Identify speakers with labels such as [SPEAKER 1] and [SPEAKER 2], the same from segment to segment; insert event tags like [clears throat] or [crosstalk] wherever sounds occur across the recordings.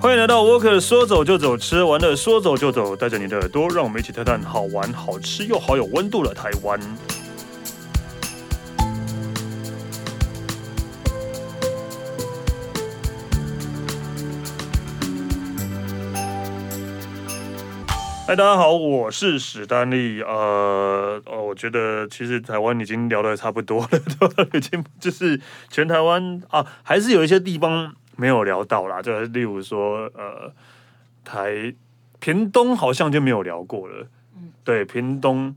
[SPEAKER 1] 欢迎来到 Walker，说走就走，吃玩的说走就走，带着你的耳朵，让我们一起探探好玩、好吃又好有温度的台湾。嗨，大家好，我是史丹利。呃，哦，我觉得其实台湾已经聊的差不多了，对吧？已经就是全台湾啊，还是有一些地方没有聊到啦，就是例如说，呃，台屏东好像就没有聊过了，对，屏东，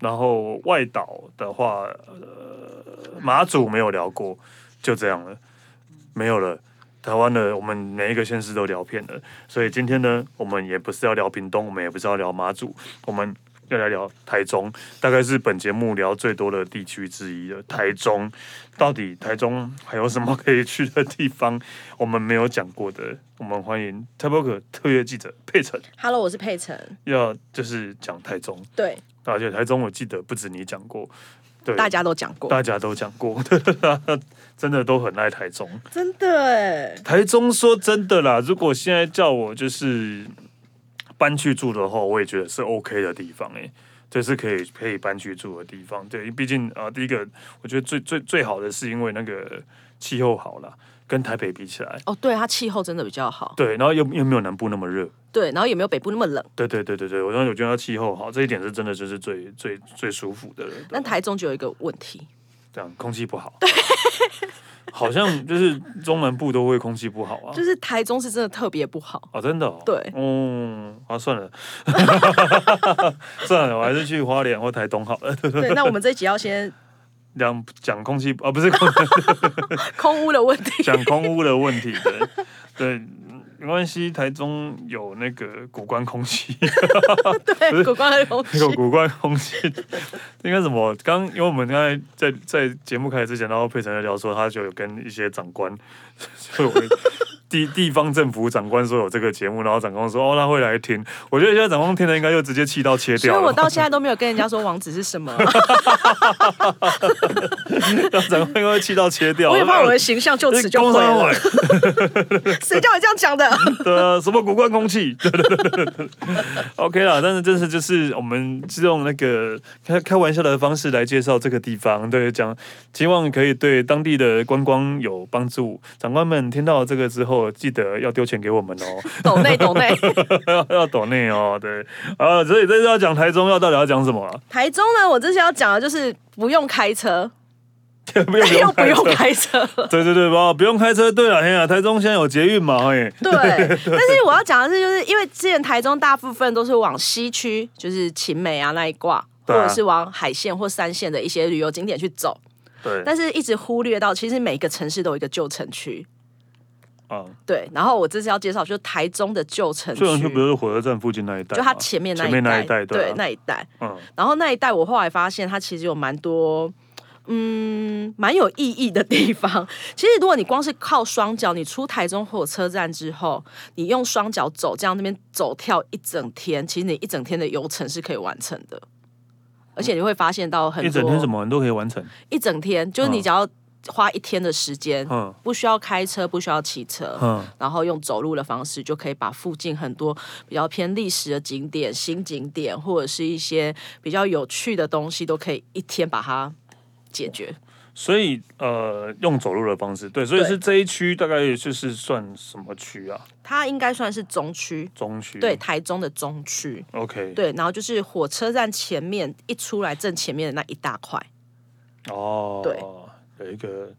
[SPEAKER 1] 然后外岛的话，呃，马祖没有聊过，就这样了，没有了。台湾的我们每一个县市都聊遍了，所以今天呢，我们也不是要聊屏东，我们也不是要聊马祖，我们要来聊台中，大概是本节目聊最多的地区之一了。台中到底台中还有什么可以去的地方？ [laughs] 我们没有讲过的，我们欢迎 t a b o k 特约记者佩晨，
[SPEAKER 2] Hello，我是佩晨。
[SPEAKER 1] 要就是讲台中，
[SPEAKER 2] 对，
[SPEAKER 1] 而且台中我记得不止你讲过，对，
[SPEAKER 2] 大家都讲过，
[SPEAKER 1] 大家都讲过， [laughs] 真的都很爱台中。
[SPEAKER 2] 真的哎，
[SPEAKER 1] 台中说真的啦，如果现在叫我就是搬去住的话，我也觉得是 OK 的地方诶、这是可以可以搬去住的地方。对，毕竟啊、呃第一个我觉得最最最好的是因为那个气候好啦，跟台北比起来，
[SPEAKER 2] 哦，对，它气候真的比较好，
[SPEAKER 1] 对，然后又又没有南部那么热。
[SPEAKER 2] 对，然后也没有北部那么冷。
[SPEAKER 1] 对对对对对，我当时我觉得它气候好，这一点是真的就是最最最舒服的了。对
[SPEAKER 2] 但台中就有一个问题，
[SPEAKER 1] 这样空气不好，好像就是中南部都会空气不好啊。
[SPEAKER 2] 就是台中是真的特别
[SPEAKER 1] [laughs]
[SPEAKER 2] 不好。
[SPEAKER 1] 哦，真的、哦？
[SPEAKER 2] 对
[SPEAKER 1] 嗯，啊，算了， [laughs] 算了，我还是去花莲或台东好了。
[SPEAKER 2] 对，那我们这一集
[SPEAKER 1] [laughs]
[SPEAKER 2] 要先
[SPEAKER 1] 讲讲空气啊，不是空 [laughs]
[SPEAKER 2] 空屋的问题。
[SPEAKER 1] 讲空污的问题的，对，嗯没关系。台中有那个古关空气， [laughs]
[SPEAKER 2] 对，古关的空气
[SPEAKER 1] 有古关空气，应该什么？刚因为我们刚才在在节目开始之前，然后佩晨在聊说，他就有跟一些长官， [laughs] 就有地地方政府长官说有这个节目，然后长官说哦他会来听。我觉得现在长官听了应该就直接气到切
[SPEAKER 2] 所以
[SPEAKER 1] 掉
[SPEAKER 2] 我
[SPEAKER 1] 了。
[SPEAKER 2] 到现在都没有跟人家说网址是什
[SPEAKER 1] [laughs]
[SPEAKER 2] 么， [laughs]
[SPEAKER 1] 让长官应该会气到切掉。哎
[SPEAKER 2] 我也怕我的形象就此就毁
[SPEAKER 1] 工商
[SPEAKER 2] 了
[SPEAKER 1] 委。
[SPEAKER 2] 谁叫你这样讲
[SPEAKER 1] [laughs]
[SPEAKER 2] 的？
[SPEAKER 1] 的啊什么古怪空气， [laughs] 对对对对对，OK 啦。但是真是就是我们是用那个开开玩笑的方式来介绍这个地方，对，讲希望可以对当地的观光有帮助。长官们听到这个之后，记得要丢钱给我们哦， [laughs]
[SPEAKER 2] 抖内抖内。
[SPEAKER 1] 要要抖内哦，对啊。所以这次要讲台中，要到底要讲什么
[SPEAKER 2] [laughs]
[SPEAKER 1] 啊？
[SPEAKER 2] 台中呢，我这次要讲的就是不用开车，
[SPEAKER 1] 又不
[SPEAKER 2] 哎 [laughs] 又不
[SPEAKER 1] 开
[SPEAKER 2] 用
[SPEAKER 1] 车
[SPEAKER 2] 开车。
[SPEAKER 1] [laughs] 对对对，不不用开车。对了，哎呀，台中现在有捷运嘛，哎，
[SPEAKER 2] [laughs] 对，但是我要讲的是，就是因为之前台中大部分都是往西区，就是秦美啊那一挂，或
[SPEAKER 1] 对啊
[SPEAKER 2] 者是往海线或山线的一些旅游景点去走，
[SPEAKER 1] 对
[SPEAKER 2] 但是一直忽略到，其实每个城市都有一个旧城区。
[SPEAKER 1] 啊，
[SPEAKER 2] 对，然后我这次要介绍就是台中的旧城区
[SPEAKER 1] 最，去不是火车站附近那一带
[SPEAKER 2] 就
[SPEAKER 1] 吗，
[SPEAKER 2] 它前面那
[SPEAKER 1] 前面那
[SPEAKER 2] 一
[SPEAKER 1] 一带，
[SPEAKER 2] 对
[SPEAKER 1] 啊
[SPEAKER 2] 那一带。
[SPEAKER 1] 嗯。
[SPEAKER 2] 然后那一带我后来发现，它其实有蛮多。嗯，蛮有意义的地方。 [laughs] 其实，如果你光是靠双脚，你出台中火车站之后，你用双脚走，这样那边走跳一整天，其实你一整天的游程是可以完成的。而且你会发现到很多
[SPEAKER 1] 一整天什么人都可以完成。
[SPEAKER 2] 一整天就是你
[SPEAKER 1] 嗯
[SPEAKER 2] 只要花一天的时间，
[SPEAKER 1] 嗯
[SPEAKER 2] 不需要开车，不需要骑车，
[SPEAKER 1] 嗯，
[SPEAKER 2] 然后用走路的方式就可以把附近很多比较偏历史的景点、新景点，或者是一些比较有趣的东西，都可以一天把它解决。
[SPEAKER 1] 所以呃，用走路的方式，对，所以
[SPEAKER 2] 对
[SPEAKER 1] 是这一区大概就是算什么区啊？
[SPEAKER 2] 它应该算是中区，嗯
[SPEAKER 1] 中区。啊
[SPEAKER 2] 对，台中的中区，
[SPEAKER 1] ，OK，
[SPEAKER 2] 对，然后就是火车站前面一出来正前面的那一大块，
[SPEAKER 1] 哦，
[SPEAKER 2] 对，
[SPEAKER 1] 有一个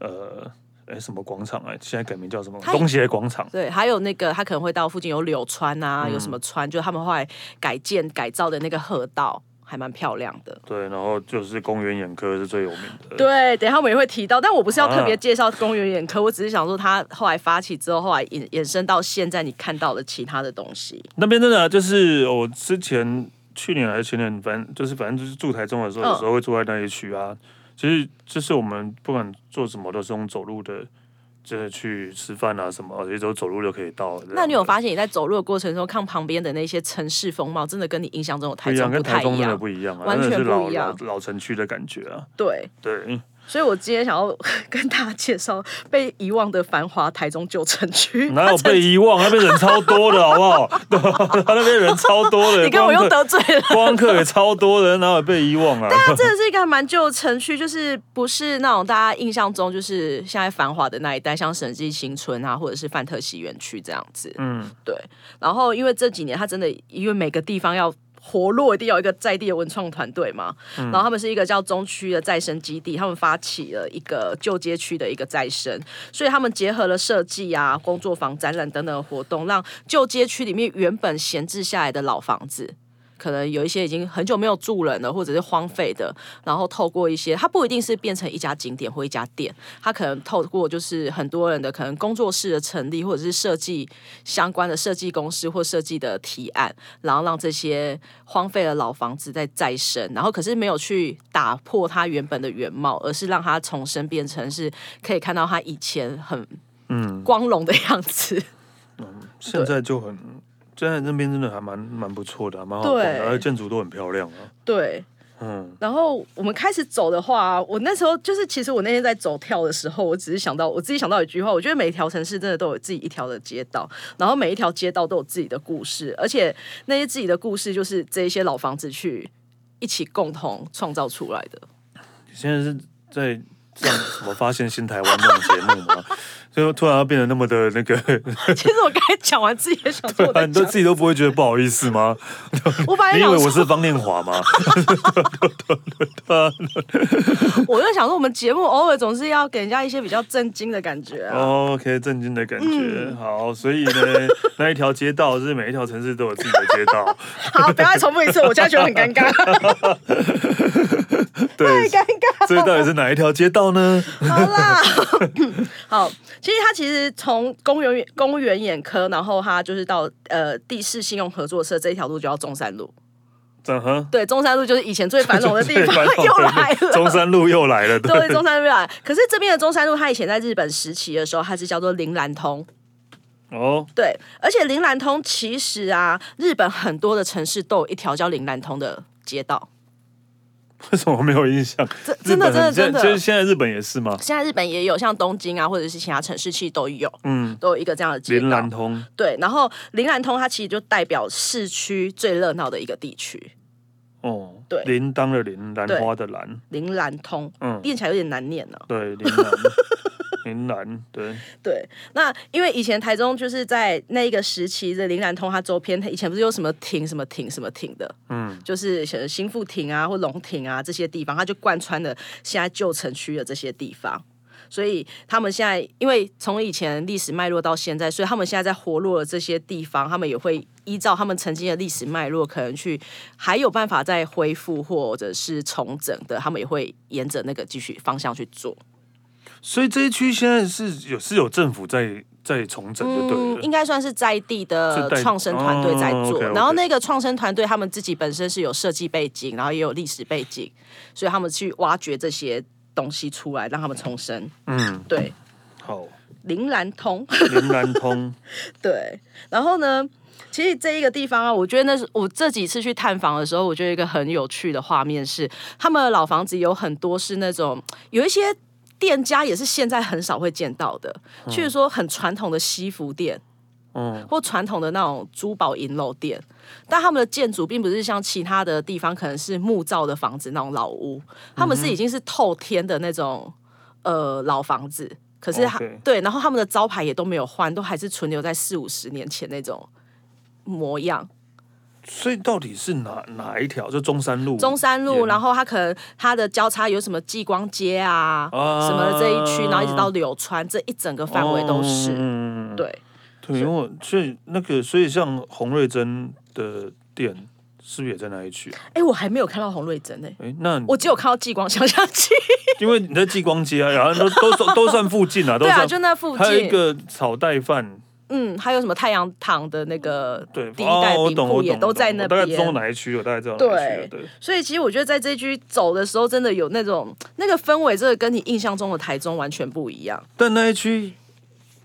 [SPEAKER 1] 呃，哎，什么广场啊？现在改名叫什么？
[SPEAKER 2] 它
[SPEAKER 1] 东协广场。
[SPEAKER 2] 对，还有那个他可能会到附近有柳川啊，有什么川，就是他们后来改建改造的那个河道，还蛮漂亮的。
[SPEAKER 1] 对，然后就是公园眼科是最有名的。
[SPEAKER 2] 对，等一下我们也会提到，但我不是要特别
[SPEAKER 1] 啊
[SPEAKER 2] 介绍公园眼科，我只是想说它后来发起之后，后来衍衍生到现在你看到的其他的东西。
[SPEAKER 1] 那边真的啊就是我之前去年还是前年，反正就是反正就是住台中的时候，
[SPEAKER 2] 嗯
[SPEAKER 1] 有时候会住在那一区啊。其实就是我们不管做什么都是用走路的，就是去吃饭啊什么，也都走路就可以到。
[SPEAKER 2] 那你有发现你在走路的过程中，看旁边的那些城市风貌，真的跟你印象中的
[SPEAKER 1] 不
[SPEAKER 2] 台
[SPEAKER 1] 一样？
[SPEAKER 2] 中
[SPEAKER 1] 跟
[SPEAKER 2] 太
[SPEAKER 1] 台中
[SPEAKER 2] 一
[SPEAKER 1] 真的
[SPEAKER 2] 样？
[SPEAKER 1] 不一样啊，
[SPEAKER 2] 完
[SPEAKER 1] 真
[SPEAKER 2] 全
[SPEAKER 1] 的是
[SPEAKER 2] 不
[SPEAKER 1] 老
[SPEAKER 2] 一
[SPEAKER 1] 老
[SPEAKER 2] 样
[SPEAKER 1] 老城区的感觉啊。
[SPEAKER 2] 对，
[SPEAKER 1] 对，
[SPEAKER 2] 所以我今天想要 [laughs] 跟大家介绍被遗忘的繁华台中旧城 [laughs] 区。
[SPEAKER 1] 哪有被遗忘？那边人超多的，好不好？
[SPEAKER 2] [laughs]
[SPEAKER 1] 对吧他那边人超多的，
[SPEAKER 2] 你看我又
[SPEAKER 1] 光客
[SPEAKER 2] 得罪了。
[SPEAKER 1] 光客也超多的，哪有被遗忘啊？
[SPEAKER 2] 它真的是一个还蛮旧的城区，就是不是那种大家印象中就是现在繁华的那一带，像审计新村啊，或者是范特西园区这样子。
[SPEAKER 1] 嗯，
[SPEAKER 2] 对，然后因为这几年它真的因为每个地方要。活络一定要有一个在地的文创团队嘛，然后他们是一个叫中区的再生基地，他们发起了一个旧街区的一个再生，所以他们结合了设计啊、工作坊、展览等等的活动，让旧街区里面原本闲置下来的老房子，可能有一些已经很久没有住人了，或者是荒废的，然后透过一些，它不一定是变成一家景点或一家店，它可能透过就是很多人的可能工作室的成立，或者是设计相关的设计公司或设计的提案，然后让这些荒废的老房子再再生，然后可是没有去打破它原本的原貌，而是让它重生变成是可以看到它以前很
[SPEAKER 1] 嗯
[SPEAKER 2] 光荣的样子。
[SPEAKER 1] 现在就很，现在那边真的还蛮蛮不错的，还啊蛮好逛
[SPEAKER 2] 对
[SPEAKER 1] 的，而且建筑都很漂亮啊。
[SPEAKER 2] 对，
[SPEAKER 1] 嗯，
[SPEAKER 2] 然后我们开始走的话，我那时候就是，其实我那天在走跳的时候，我只是想到我自己想到一句话，我觉得每一条城市真的都有自己一条的街道，然后每一条街道都有自己的故事，而且那些自己的故事就是这一些老房子去一起共同创造出来
[SPEAKER 1] [laughs]
[SPEAKER 2] 的。
[SPEAKER 1] 你现在是在上什么发现新台湾那种节目吗？ [laughs] 就突然要变得那么的那个，
[SPEAKER 2] 其实我刚才讲完自己也想说我
[SPEAKER 1] [laughs]
[SPEAKER 2] 在
[SPEAKER 1] 你都
[SPEAKER 2] 讲，
[SPEAKER 1] 自己哎都不会觉得不好意思 [laughs] 吗？
[SPEAKER 2] 我本来
[SPEAKER 1] 你以
[SPEAKER 2] 想
[SPEAKER 1] 为
[SPEAKER 2] 说
[SPEAKER 1] 我是方念华 [laughs] 吗？
[SPEAKER 2] 我就想说，我们节目偶尔总是要给人家一些比较震惊的感觉啊。
[SPEAKER 1] 哦 OK，震惊的感觉。好，所 [laughs] 以呢，那一条街道就是每一条城市都有自己的街 [laughs] 道。
[SPEAKER 2] 好，不要再重复一次，我现在觉得很尴
[SPEAKER 1] [laughs]
[SPEAKER 2] 尬，
[SPEAKER 1] 对，
[SPEAKER 2] 尴尬。
[SPEAKER 1] 所以到底是哪一条街道呢？
[SPEAKER 2] 好啦， [laughs] 好，其实他其实从公园公园眼科，然后他就是到呃地市信用合作社这一条路就到中山路，
[SPEAKER 1] 怎哼？
[SPEAKER 2] 对，中山路就是以前最繁荣的
[SPEAKER 1] [laughs]
[SPEAKER 2] 地方
[SPEAKER 1] 对反正
[SPEAKER 2] [laughs] 又来了。
[SPEAKER 1] 中山路又来了，
[SPEAKER 2] 对，中山路又来了。可是这边的中山路，它以前在日本时期的时候，它是叫做铃兰通。
[SPEAKER 1] 哦，
[SPEAKER 2] 对，而且铃兰通其实啊，日本很多的城市都有一条叫铃兰通的街道。
[SPEAKER 1] 为什么没有印象？
[SPEAKER 2] 真真的
[SPEAKER 1] 日本很
[SPEAKER 2] 真的
[SPEAKER 1] 现
[SPEAKER 2] 真的
[SPEAKER 1] 就是现在日本也是吗？
[SPEAKER 2] 现在日本也有，像东京啊，或者是其他城市，其实都有，
[SPEAKER 1] 嗯，
[SPEAKER 2] 都有一个这样的街
[SPEAKER 1] 林
[SPEAKER 2] 道
[SPEAKER 1] 兰。通
[SPEAKER 2] 对，然后林兰通它其实就代表市区最热闹的一个地区，
[SPEAKER 1] 哦，
[SPEAKER 2] 对
[SPEAKER 1] 铃铛的铃，兰花的兰，
[SPEAKER 2] 林兰通
[SPEAKER 1] 嗯，
[SPEAKER 2] 念起来有点难念呢、
[SPEAKER 1] 对，铃
[SPEAKER 2] [laughs]
[SPEAKER 1] 兰，铃兰，对，
[SPEAKER 2] 对，那因为以前台中就是在那一个时期的林兰通它周边，它以前不是有什么亭、什么亭、什么亭的，
[SPEAKER 1] 嗯，
[SPEAKER 2] 就是像新富亭啊或龙亭啊这些地方，它就贯穿了现在旧城区的这些地方。所以他们现在，因为从以前历史脉络到现在，所以他们现在在活络的这些地方，他们也会依照他们曾经的历史脉络，可能去还有办法再恢复或者是重整的，他们也会沿着那个继续方向去做。
[SPEAKER 1] 所以这一区现在是有是有政府在在重整，就对
[SPEAKER 2] 嗯，
[SPEAKER 1] 了。
[SPEAKER 2] 应该算是在地的
[SPEAKER 1] 是在
[SPEAKER 2] 创生团队在
[SPEAKER 1] 哦
[SPEAKER 2] 做，
[SPEAKER 1] ，OK，OK
[SPEAKER 2] 然后那个创生团队他们自己本身是有设计背景，然后也有历史背景，所以他们去挖掘这些东西出来，让他们重生。
[SPEAKER 1] 嗯， [laughs]
[SPEAKER 2] 对， [laughs]
[SPEAKER 1] 好，
[SPEAKER 2] 林兰通， [laughs]
[SPEAKER 1] 铃兰通，
[SPEAKER 2] 对，然后呢？其实这一个地方啊，我觉得那是我这几次去探访的时候，我觉得一个很有趣的画面是，他们的老房子有很多是那种有一些店家也是现在很少会见到的，譬如说很传统的西服店，
[SPEAKER 1] 嗯，
[SPEAKER 2] 或传统的那种珠宝银楼店，但他们的建筑并不是像其他的地方可能是木造的房子那种老屋，他
[SPEAKER 1] 嗯
[SPEAKER 2] 们是已经是透天的那种呃老房子，可是它
[SPEAKER 1] OK
[SPEAKER 2] 对，然后他们的招牌也都没有换，都还是存留在四五十年前那种模样。
[SPEAKER 1] 所以到底是哪哪一条？就中山路，
[SPEAKER 2] 中山路，
[SPEAKER 1] 沿
[SPEAKER 2] 然后它可能它的交叉有什么继光街啊
[SPEAKER 1] 啊
[SPEAKER 2] 什么这一区，然后一直到柳川这一整个范围都是，
[SPEAKER 1] 嗯，
[SPEAKER 2] 对。
[SPEAKER 1] 对，因为我所以那个，所以像洪瑞珍的店是不是也在那一区啊？
[SPEAKER 2] 哎，我还没有看到洪瑞珍呢、
[SPEAKER 1] 哎，那你
[SPEAKER 2] 我只有看到继光想象器。
[SPEAKER 1] 因为你在继光街啊，然后都都算都算附近
[SPEAKER 2] [laughs]
[SPEAKER 1] 啊，都
[SPEAKER 2] 对啊，
[SPEAKER 1] 算。
[SPEAKER 2] 就那附近。
[SPEAKER 1] 还有一个炒带饭，
[SPEAKER 2] 嗯，还有什么太阳堂的那个
[SPEAKER 1] 对，
[SPEAKER 2] 第一代
[SPEAKER 1] 哦我
[SPEAKER 2] 饼
[SPEAKER 1] 懂我
[SPEAKER 2] 铺
[SPEAKER 1] 懂
[SPEAKER 2] 也都在那
[SPEAKER 1] 我懂我大概知道
[SPEAKER 2] 边。
[SPEAKER 1] 哪一区，我大概知道哪一区了，对，
[SPEAKER 2] 所以其实我觉得在这一区走的时候，真的有那种那个氛围，真的跟你印象中的台中完全不一样。
[SPEAKER 1] 但那一区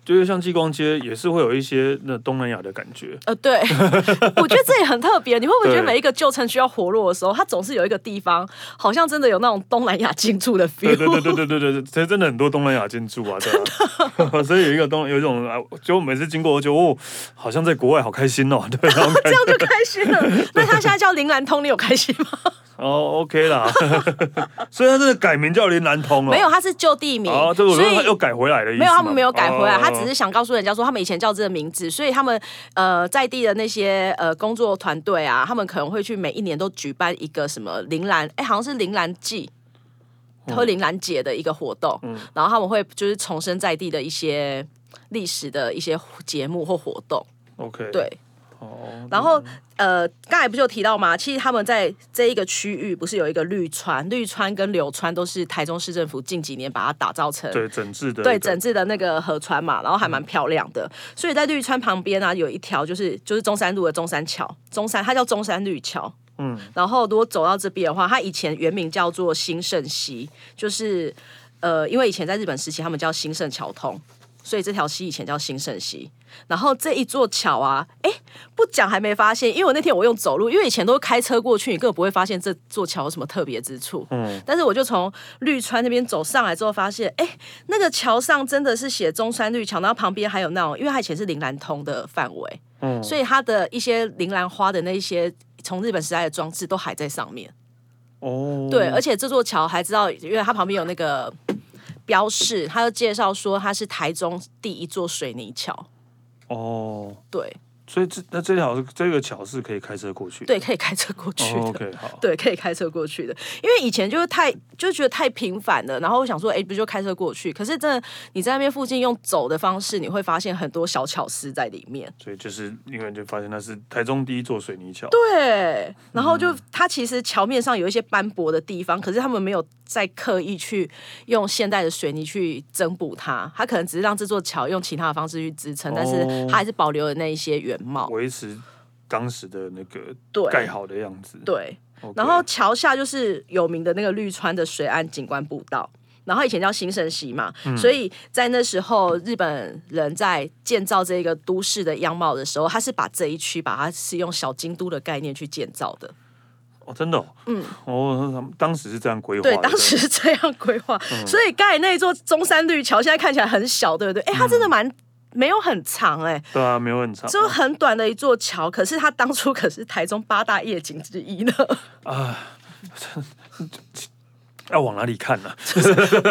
[SPEAKER 1] 就是像激光街也是会有一些那东南亚的感觉。
[SPEAKER 2] [laughs] 呃，对，我觉得这也很特别。你会不会觉得
[SPEAKER 1] 对
[SPEAKER 2] 每一个旧城区要活络的时候，它总是有一个地方，好像真的有那种东南亚进驻的
[SPEAKER 1] 对
[SPEAKER 2] feel？
[SPEAKER 1] 对对对对对对对，其实真的很多东南亚建
[SPEAKER 2] [laughs]
[SPEAKER 1] 筑啊，对啊，所以有一个东有一种啊，就我每次经过我就哦，好像在国外好开心哦， [laughs] 对，然后
[SPEAKER 2] 这样就开心了。 [laughs] 那他现在叫林兰通，你有开心吗？
[SPEAKER 1] 哦 OK 啦， [laughs] 所以他真的改名叫林南通了，
[SPEAKER 2] [laughs] 没有，他是旧地名，
[SPEAKER 1] 哦，这我
[SPEAKER 2] 所
[SPEAKER 1] 说他
[SPEAKER 2] 以
[SPEAKER 1] 又改回来的意思
[SPEAKER 2] 没
[SPEAKER 1] 吗，
[SPEAKER 2] 有，他们没有改回来，
[SPEAKER 1] 哦
[SPEAKER 2] 他只是想告诉人家说，他们以前叫这个名字，所以他们呃在地的那些呃工作团队啊，他们可能会去每一年都举办一个什么铃兰，哎，好像是铃兰季。
[SPEAKER 1] 哦
[SPEAKER 2] 喝铃兰节的一个活动，
[SPEAKER 1] 嗯
[SPEAKER 2] 然后他们会就是重生在地的一些历史的一些节目或活动，
[SPEAKER 1] OK
[SPEAKER 2] 对，
[SPEAKER 1] 哦，
[SPEAKER 2] 然后呃，刚才不是有提到吗？其实他们在这一个区域不是有一个绿川，绿川跟柳川都是台中市政府近几年把它打造成。
[SPEAKER 1] 对整治的
[SPEAKER 2] 呃对
[SPEAKER 1] 一个
[SPEAKER 2] 整治的那个河川嘛，然后还蛮漂亮的，所以在绿川旁边啊，有一条就是就是中山路的中山桥，中山它叫中山绿桥，
[SPEAKER 1] 嗯
[SPEAKER 2] 然后如果走到这边的话，它以前原名叫做兴盛溪，就是呃，因为以前在日本时期他们叫兴盛桥通，所以这条溪以前叫兴盛溪。然后这一座桥啊，哎，不讲还没发现，因为我那天我用走路，因为以前都是开车过去，你根本不会发现这座桥有什么特别之处。
[SPEAKER 1] 嗯
[SPEAKER 2] 但是我就从绿川那边走上来之后，发现，哎，那个桥上真的是写中山绿桥，然后旁边还有那种，因为它以前是铃兰通的范围，
[SPEAKER 1] 嗯，
[SPEAKER 2] 所以它的一些铃兰花的那一些从日本时代的装置都还在上面。
[SPEAKER 1] 哦
[SPEAKER 2] 对，而且这座桥还知道，因为它旁边有那个呃标示，它就介绍说它是台中第一座水泥桥。
[SPEAKER 1] 哦，
[SPEAKER 2] 对
[SPEAKER 1] 所以这那这条这个桥是可以开车过去的，
[SPEAKER 2] 对，可以开车过去的。
[SPEAKER 1] 哦，OK 好，
[SPEAKER 2] 对，可以开车过去的，因为以前就是太就觉得太频繁了，然后我想说，哎，不就开车过去？可是真的，你在那边附近用走的方式，你会发现很多小巧思在里面。
[SPEAKER 1] 所以就是因为就发现那是台中第一座水泥桥，
[SPEAKER 2] 对，然后就它其实桥面上有一些斑驳的地方，可是他们没有再刻意去用现代的水泥去增补它，它可能只是让这座桥用其他的方式去支撑，但是
[SPEAKER 1] 哦
[SPEAKER 2] 它还是保留了那一些原貌。
[SPEAKER 1] 维持当时的那个
[SPEAKER 2] 对
[SPEAKER 1] 盖好的样子。
[SPEAKER 2] 对，
[SPEAKER 1] OK，
[SPEAKER 2] 然后桥下就是有名的那个绿川的水岸景观步道。然后以前叫新生溪嘛，所以在那时候日本人在建造这个都市的样貌的时候，他是把这一区把它是用小京都的概念去建造的。
[SPEAKER 1] 哦，真的、哦，嗯，哦，他们当时嗯是这样规划的，
[SPEAKER 2] 对，当时 [laughs] 是这样规划，所以盖那座中山绿桥现在看起来很小，对不对？哎、它
[SPEAKER 1] 嗯
[SPEAKER 2] 真的蛮、没有很长哎、
[SPEAKER 1] 对啊，没有很长，
[SPEAKER 2] 就很短的一座桥，可是它当初 [laughs] 可是台中八大夜景
[SPEAKER 1] [laughs]
[SPEAKER 2] 之一呢。
[SPEAKER 1] 要往哪里看呢、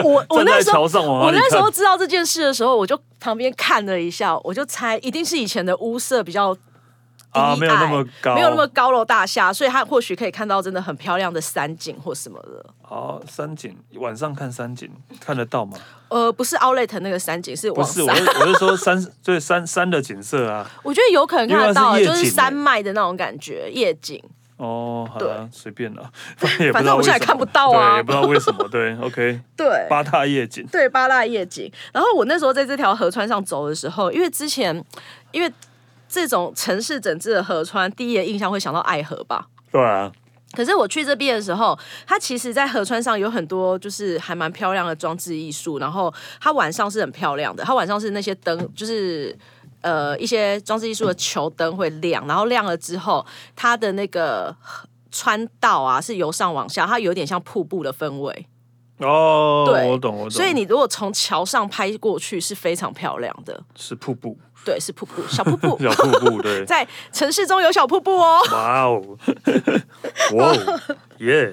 [SPEAKER 2] 我 [laughs] 我
[SPEAKER 1] 站
[SPEAKER 2] 那
[SPEAKER 1] 在
[SPEAKER 2] 时候
[SPEAKER 1] 桥上往哪
[SPEAKER 2] 我
[SPEAKER 1] 里
[SPEAKER 2] 那时
[SPEAKER 1] 看？
[SPEAKER 2] 候知道这件事的时候，我就旁边看了一下，我就猜一定是以前的屋舍比较低
[SPEAKER 1] 啊，没有那么高，
[SPEAKER 2] 矮没有那么高楼大厦，所以它或许可以看到真的很漂亮的山景或什么的。
[SPEAKER 1] 哦，山景晚上看山景看得到吗？
[SPEAKER 2] 呃，不是 Outlet 那个山景，是
[SPEAKER 1] 不
[SPEAKER 2] 往
[SPEAKER 1] 是，
[SPEAKER 2] 上。
[SPEAKER 1] 我是我是说山， [laughs] 对山山的景色啊，
[SPEAKER 2] 我觉得有可能看得
[SPEAKER 1] 因
[SPEAKER 2] 到，
[SPEAKER 1] 为它是夜
[SPEAKER 2] 就
[SPEAKER 1] 景
[SPEAKER 2] 是
[SPEAKER 1] 欸
[SPEAKER 2] 山脉的那种感觉，夜景。
[SPEAKER 1] 哦，好了，
[SPEAKER 2] 对
[SPEAKER 1] 随便了， [laughs] 反正也不知
[SPEAKER 2] 反
[SPEAKER 1] 道
[SPEAKER 2] 正我
[SPEAKER 1] 为
[SPEAKER 2] 们现在
[SPEAKER 1] 什么
[SPEAKER 2] 看不到啊
[SPEAKER 1] 对，也不知道为什么，
[SPEAKER 2] [laughs]
[SPEAKER 1] 对，OK，
[SPEAKER 2] 对
[SPEAKER 1] 八大夜景，
[SPEAKER 2] 对，八大夜景。然后我那时候在这条河川上走的时候，因为之前因为这种城市整治的河川，第一的印象会想到爱河吧。
[SPEAKER 1] 对啊，
[SPEAKER 2] 可是我去这边的时候，它其实，在河川上有很多就是还蛮漂亮的装置艺术，然后它晚上是很漂亮的，它晚上是那些灯，就是呃一些装置艺术的球灯会亮，然后亮了之后，它的那个川道啊是由上往下，它有点像瀑布的氛围，
[SPEAKER 1] 哦，
[SPEAKER 2] 对
[SPEAKER 1] 我懂，我懂，
[SPEAKER 2] 所以你如果从桥上拍过去是非常漂亮的，
[SPEAKER 1] 是瀑布，
[SPEAKER 2] 对，是瀑布，小
[SPEAKER 1] [laughs]
[SPEAKER 2] 瀑布，
[SPEAKER 1] 小瀑布，
[SPEAKER 2] [laughs]
[SPEAKER 1] 对，
[SPEAKER 2] 在城市中有小瀑布哦。
[SPEAKER 1] 哇哦，
[SPEAKER 2] [laughs]
[SPEAKER 1] 哇哦，耶！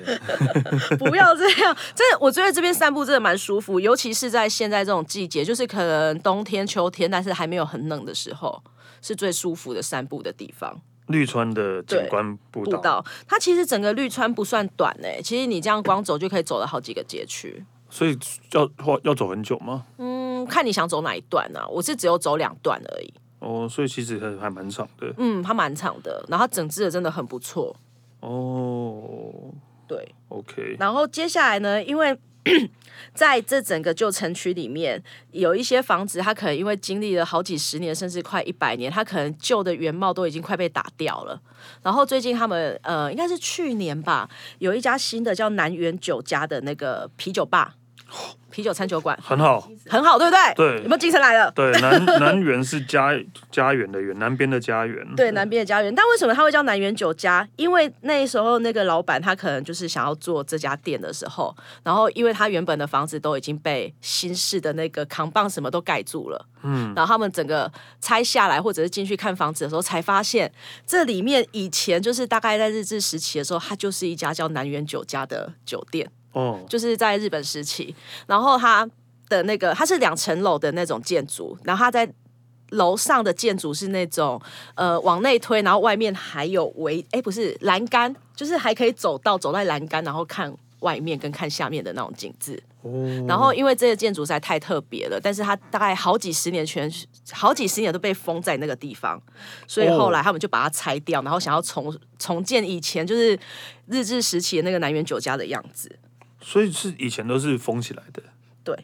[SPEAKER 2] 不要这样，真的，我觉得这边散步真的蛮舒服，尤其是在现在这种季节，就是可能冬天、秋天，但是还没有很冷的时候，是最舒服的散步的地方。
[SPEAKER 1] 绿川的景观步
[SPEAKER 2] 步
[SPEAKER 1] 道，
[SPEAKER 2] 道它其实整个绿川不算短诶、其实你这样光走就可以走了好几个街区。
[SPEAKER 1] 所以要花要走很久吗？
[SPEAKER 2] 嗯，看你想走哪一段啊？我是只有走两段而已。
[SPEAKER 1] 哦，所以其实还还蛮长的。
[SPEAKER 2] 嗯，它蛮长的，然后它整治的真的很不错。
[SPEAKER 1] 哦
[SPEAKER 2] 对，
[SPEAKER 1] ，OK，
[SPEAKER 2] 然后接下来呢，因为 [coughs] 在这整个旧城区里面，有一些房子，它可能因为经历了好几十年，甚至快一百年，它可能旧的原貌都已经快被打掉了。然后最近他们呃，应该是去年吧，有一家新的叫南园酒家的那个啤酒吧，啤酒餐酒馆
[SPEAKER 1] 很好。
[SPEAKER 2] 很好，对不对？
[SPEAKER 1] 对
[SPEAKER 2] 有没有精神来了？
[SPEAKER 1] 对，南南园是家家园的园，南边的家园。
[SPEAKER 2] 对南边的家园，但为什么他会叫南园酒家？因为那时候那个老板他可能就是想要做这家店的时候，然后因为他原本的房子都已经被新式的那个扛棒什么都盖住了，嗯，然后他们整个拆下来或者是进去看房子的时候，才发现这里面以前就是大概在日治时期的时候，它就是一家叫南园酒家的酒店。
[SPEAKER 1] 哦，
[SPEAKER 2] 就是在日本时期，然后它的那个它是两层楼的那种建筑，然后它在楼上的建筑是那种呃往内推，然后外面还有围哎不是栏杆，就是还可以走到走在栏杆，然后看外面跟看下面的那种景致。
[SPEAKER 1] 哦
[SPEAKER 2] 然后因为这个建筑实在太特别了，但是它大概好几十年全好几十年都被封在那个地方，所以后来他们就把它拆掉，然后想要重重建以前就是日治时期的那个南园酒家的样子。
[SPEAKER 1] 所以是以前都是封起来的。
[SPEAKER 2] 对，